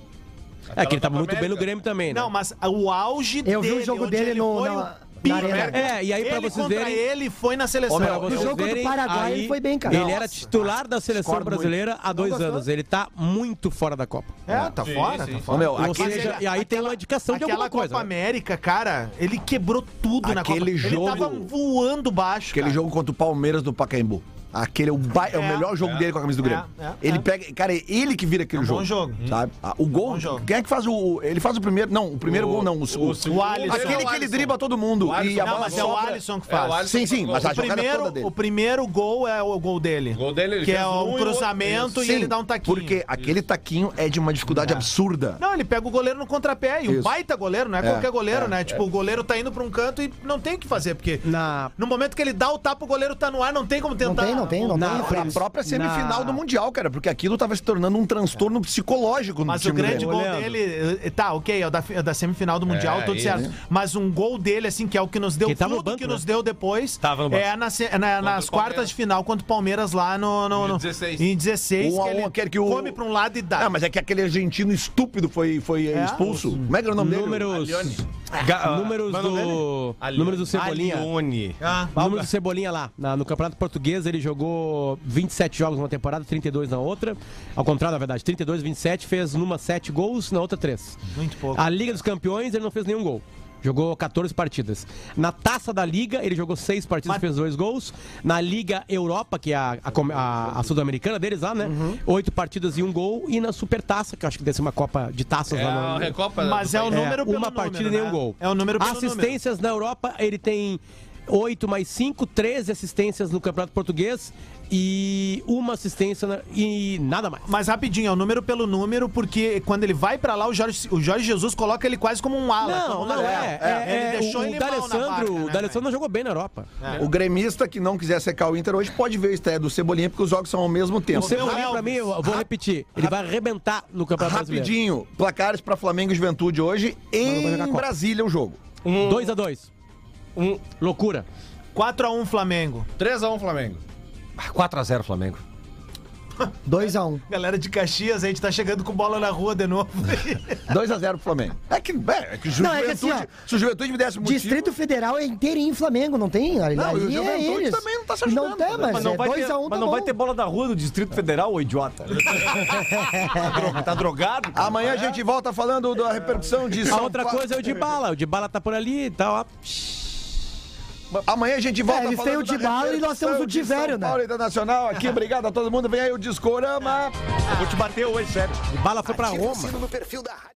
[SPEAKER 8] É que ele tava
[SPEAKER 4] Copa
[SPEAKER 8] muito bem no
[SPEAKER 4] América.
[SPEAKER 8] Grêmio também, né?
[SPEAKER 2] Não, mas o auge
[SPEAKER 5] Eu vi
[SPEAKER 2] dele.
[SPEAKER 5] o jogo
[SPEAKER 2] onde
[SPEAKER 5] dele
[SPEAKER 2] ele
[SPEAKER 5] no-
[SPEAKER 2] foi
[SPEAKER 5] na-
[SPEAKER 2] o
[SPEAKER 5] na
[SPEAKER 2] pico.
[SPEAKER 5] Arena.
[SPEAKER 8] É, e aí pra
[SPEAKER 2] ele
[SPEAKER 8] vocês
[SPEAKER 2] contra
[SPEAKER 8] verem-
[SPEAKER 2] ele foi na seleção.
[SPEAKER 8] Ô, meu, pra vocês
[SPEAKER 5] jogo contra o
[SPEAKER 8] verem,
[SPEAKER 5] Paraguai, ele foi bem, cara.
[SPEAKER 8] Ele
[SPEAKER 5] Nossa,
[SPEAKER 8] era titular da seleção
[SPEAKER 5] discordo
[SPEAKER 8] brasileira há dois
[SPEAKER 5] gostou?
[SPEAKER 8] anos. Ele tá muito fora da Copa.
[SPEAKER 2] É, tá
[SPEAKER 4] Sim,
[SPEAKER 2] fora,
[SPEAKER 4] sim,
[SPEAKER 2] tá
[SPEAKER 4] sim.
[SPEAKER 2] fora.
[SPEAKER 9] meu,
[SPEAKER 8] Ou
[SPEAKER 9] aquele-
[SPEAKER 8] seja, e aí tem uma indicação de
[SPEAKER 2] Aquela
[SPEAKER 8] alguma coisa.
[SPEAKER 2] Copa
[SPEAKER 8] né?
[SPEAKER 2] América, cara, ele quebrou tudo na Copa.
[SPEAKER 3] Aquele jogo-
[SPEAKER 2] Ele tava voando baixo.
[SPEAKER 3] Aquele
[SPEAKER 2] cara.
[SPEAKER 3] jogo contra o Palmeiras do Pacaembu. Aquele é o, ba- é o
[SPEAKER 2] É,
[SPEAKER 3] melhor jogo
[SPEAKER 4] é,
[SPEAKER 3] dele com a camisa do
[SPEAKER 2] é,
[SPEAKER 3] Grêmio.
[SPEAKER 2] é,
[SPEAKER 3] ele
[SPEAKER 2] é.
[SPEAKER 3] pega. Cara, é ele que vira aquele
[SPEAKER 2] É um
[SPEAKER 3] jogo.
[SPEAKER 2] bom jogo. um
[SPEAKER 3] Sabe? Ah, O gol.
[SPEAKER 2] Bom jogo.
[SPEAKER 3] Quem é que faz o. Ele faz o primeiro. Não, o primeiro gol não. O, o-
[SPEAKER 4] segundo-
[SPEAKER 2] Alisson.
[SPEAKER 4] Esse é o
[SPEAKER 3] aquele que ele
[SPEAKER 4] Alisson.
[SPEAKER 3] dribla todo mundo.
[SPEAKER 4] O
[SPEAKER 3] e
[SPEAKER 4] Alisson.
[SPEAKER 3] a
[SPEAKER 2] Não,
[SPEAKER 3] bola
[SPEAKER 2] mas é o
[SPEAKER 3] sobra.
[SPEAKER 2] Alisson que
[SPEAKER 4] É, o
[SPEAKER 2] faz.
[SPEAKER 4] Alisson
[SPEAKER 3] Sim, sim, mas
[SPEAKER 4] faz
[SPEAKER 3] a
[SPEAKER 4] gol.
[SPEAKER 8] tá
[SPEAKER 2] O
[SPEAKER 3] jogada toda
[SPEAKER 2] primeiro,
[SPEAKER 3] dele.
[SPEAKER 2] o primeiro gol é o gol dele.
[SPEAKER 4] O gol dele, ele
[SPEAKER 2] que
[SPEAKER 4] fez
[SPEAKER 2] é
[SPEAKER 4] um e
[SPEAKER 2] um
[SPEAKER 4] o
[SPEAKER 2] cruzamento
[SPEAKER 4] outro.
[SPEAKER 2] e,
[SPEAKER 3] Sim,
[SPEAKER 2] ele dá um taquinho.
[SPEAKER 3] Porque aquele taquinho é de uma dificuldade absurda.
[SPEAKER 2] Não, ele pega o goleiro no contrapé. E o
[SPEAKER 3] Isso.
[SPEAKER 2] baita goleiro, não é,
[SPEAKER 3] É,
[SPEAKER 2] qualquer goleiro,
[SPEAKER 3] é,
[SPEAKER 2] né? Tipo, o goleiro tá indo pra um canto e não tem o que fazer, porque
[SPEAKER 7] Na-
[SPEAKER 2] no momento que ele dá o tapa, o goleiro tá no ar, não tem como
[SPEAKER 5] Não
[SPEAKER 2] tentar.
[SPEAKER 5] tem, não tem, não
[SPEAKER 7] Na-
[SPEAKER 5] tem.
[SPEAKER 3] Pra
[SPEAKER 5] Feliz.
[SPEAKER 3] própria semifinal
[SPEAKER 7] Na-
[SPEAKER 3] do Mundial, cara, porque aquilo tava se tornando um transtorno psicológico no
[SPEAKER 2] Mas o
[SPEAKER 3] time do
[SPEAKER 2] grande
[SPEAKER 3] Grêmio.
[SPEAKER 2] gol
[SPEAKER 7] Leandro.
[SPEAKER 2] dele. eh, Tá, ok, é o da, fi- é da semifinal do Mundial,
[SPEAKER 4] É,
[SPEAKER 2] tudo
[SPEAKER 4] isso.
[SPEAKER 2] certo. Mas um gol dele, assim, que é o que nos deu
[SPEAKER 8] né? Que tava no
[SPEAKER 2] tudo
[SPEAKER 8] banco,
[SPEAKER 2] que
[SPEAKER 8] né?
[SPEAKER 2] nos deu depois.
[SPEAKER 7] Tava no banco.
[SPEAKER 2] É na se- na- nas quartas
[SPEAKER 4] o Palmeiras.
[SPEAKER 2] de final contra o Palmeiras lá no. no, no
[SPEAKER 4] Em 16.
[SPEAKER 2] Em 16.
[SPEAKER 3] Um a um,
[SPEAKER 2] ele
[SPEAKER 3] aquele que o-
[SPEAKER 2] come pra um lado e dá.
[SPEAKER 3] Ah, mas é que aquele argentino estúpido foi, foi
[SPEAKER 2] É?
[SPEAKER 3] expulso. Como é que era o nome dele?
[SPEAKER 8] Números.
[SPEAKER 4] Alione.
[SPEAKER 7] Ga-
[SPEAKER 8] Números
[SPEAKER 7] Mano,
[SPEAKER 8] do.
[SPEAKER 7] Alione.
[SPEAKER 8] Números do Cebolinha.
[SPEAKER 7] Alione.
[SPEAKER 2] Ah.
[SPEAKER 8] Número do Cebolinha lá. Na- no Campeonato Português, ele jogou 27 jogos numa temporada, 32 na outra. Ao contrário, na verdade, 32, 27, fez numa 7 gols, na outra 3.
[SPEAKER 2] Muito pouco.
[SPEAKER 8] A Liga dos Campeões, ele não fez nenhum gol. Jogou 14 partidas. Na Taça da Liga, ele jogou 6 partidas e fez 2 gols. Na Liga Europa, que é a, a com- a- a sul-americana deles lá, né? 8 partidas e um gol. E na Supertaça, que eu acho que deve ser uma Copa de Taças
[SPEAKER 4] É
[SPEAKER 8] lá
[SPEAKER 4] a
[SPEAKER 8] no,
[SPEAKER 4] Recopa.
[SPEAKER 2] Mas
[SPEAKER 4] do
[SPEAKER 2] é o
[SPEAKER 4] país.
[SPEAKER 2] número
[SPEAKER 8] é,
[SPEAKER 2] pelo
[SPEAKER 8] uma partida e
[SPEAKER 2] número,
[SPEAKER 8] nenhum
[SPEAKER 2] né?
[SPEAKER 8] gol.
[SPEAKER 2] É o número pelo
[SPEAKER 8] Assistências na Europa, ele tem 8 mais 5, 13 assistências no Campeonato Português e uma assistência na- e nada mais.
[SPEAKER 2] Mas rapidinho, é o número pelo número, porque quando ele vai pra lá, o Jorge, o Jorge Jesus coloca ele quase como um ala. como
[SPEAKER 8] Não,
[SPEAKER 2] um
[SPEAKER 8] não é.
[SPEAKER 2] lateral.
[SPEAKER 8] é, é,
[SPEAKER 2] Ele deixou
[SPEAKER 8] o,
[SPEAKER 2] ele
[SPEAKER 8] o
[SPEAKER 2] mal na barca,
[SPEAKER 8] D'Alessandro,
[SPEAKER 2] né, É,
[SPEAKER 8] o D'Alessandro não jogou bem na Europa.
[SPEAKER 3] O gremista que não quiser secar o Inter hoje pode ver o estreia do Cebolinha, porque os jogos são ao mesmo tempo.
[SPEAKER 8] O Cebolinha,
[SPEAKER 2] Elvis.
[SPEAKER 8] pra mim, eu vou repetir, ele vai arrebentar no Campeonato Brasileiro.
[SPEAKER 3] Rapidinho, placares pra Flamengo e Juventude hoje
[SPEAKER 8] vai jogar
[SPEAKER 3] em
[SPEAKER 8] Copa.
[SPEAKER 3] Brasília é o jogo.
[SPEAKER 8] 2x2.
[SPEAKER 3] um-
[SPEAKER 8] Loucura.
[SPEAKER 2] 4x1 Flamengo.
[SPEAKER 4] 3x1 Flamengo.
[SPEAKER 7] 4x0 Flamengo.
[SPEAKER 5] 2x1.
[SPEAKER 2] Galera de Caxias, a gente tá chegando com bola na rua de novo.
[SPEAKER 3] 2x0 pro Flamengo. É que, é, é que
[SPEAKER 5] Não, é que
[SPEAKER 3] Juventude-
[SPEAKER 5] assim, ó,
[SPEAKER 3] se o Juventude me desse motivo...
[SPEAKER 5] Distrito Federal é inteirinho Flamengo, não tem? Ali,
[SPEAKER 3] Não, e o
[SPEAKER 5] ali é
[SPEAKER 3] Juventude
[SPEAKER 5] eles.
[SPEAKER 3] também não tá se
[SPEAKER 5] Não
[SPEAKER 3] ajudando,
[SPEAKER 5] tem, mas,
[SPEAKER 7] Mas não,
[SPEAKER 5] é
[SPEAKER 7] vai, ter,
[SPEAKER 5] 2x1 um,
[SPEAKER 7] mas
[SPEAKER 5] tá
[SPEAKER 7] não vai
[SPEAKER 5] bom.
[SPEAKER 7] ter bola da rua no Distrito Federal, ô idiota. Tá dro- tá drogado?
[SPEAKER 3] Amanhã a gente volta falando da repercussão de
[SPEAKER 8] A
[SPEAKER 3] São
[SPEAKER 8] outra
[SPEAKER 3] Paulo.
[SPEAKER 8] coisa é o de bala. O de bala tá por ali e tal, ó.
[SPEAKER 3] Amanhã a gente volta
[SPEAKER 5] É, eles têm o
[SPEAKER 3] falando
[SPEAKER 5] de
[SPEAKER 3] da
[SPEAKER 5] bala e nós temos o
[SPEAKER 3] repercussão
[SPEAKER 5] de velho,
[SPEAKER 3] São
[SPEAKER 5] né?
[SPEAKER 3] Paulo Internacional aqui, obrigado a todo mundo. Vem aí o Discorama.
[SPEAKER 7] Eu vou te bater hoje, sério.
[SPEAKER 8] De bala foi pra Roma.
[SPEAKER 10] no perfil da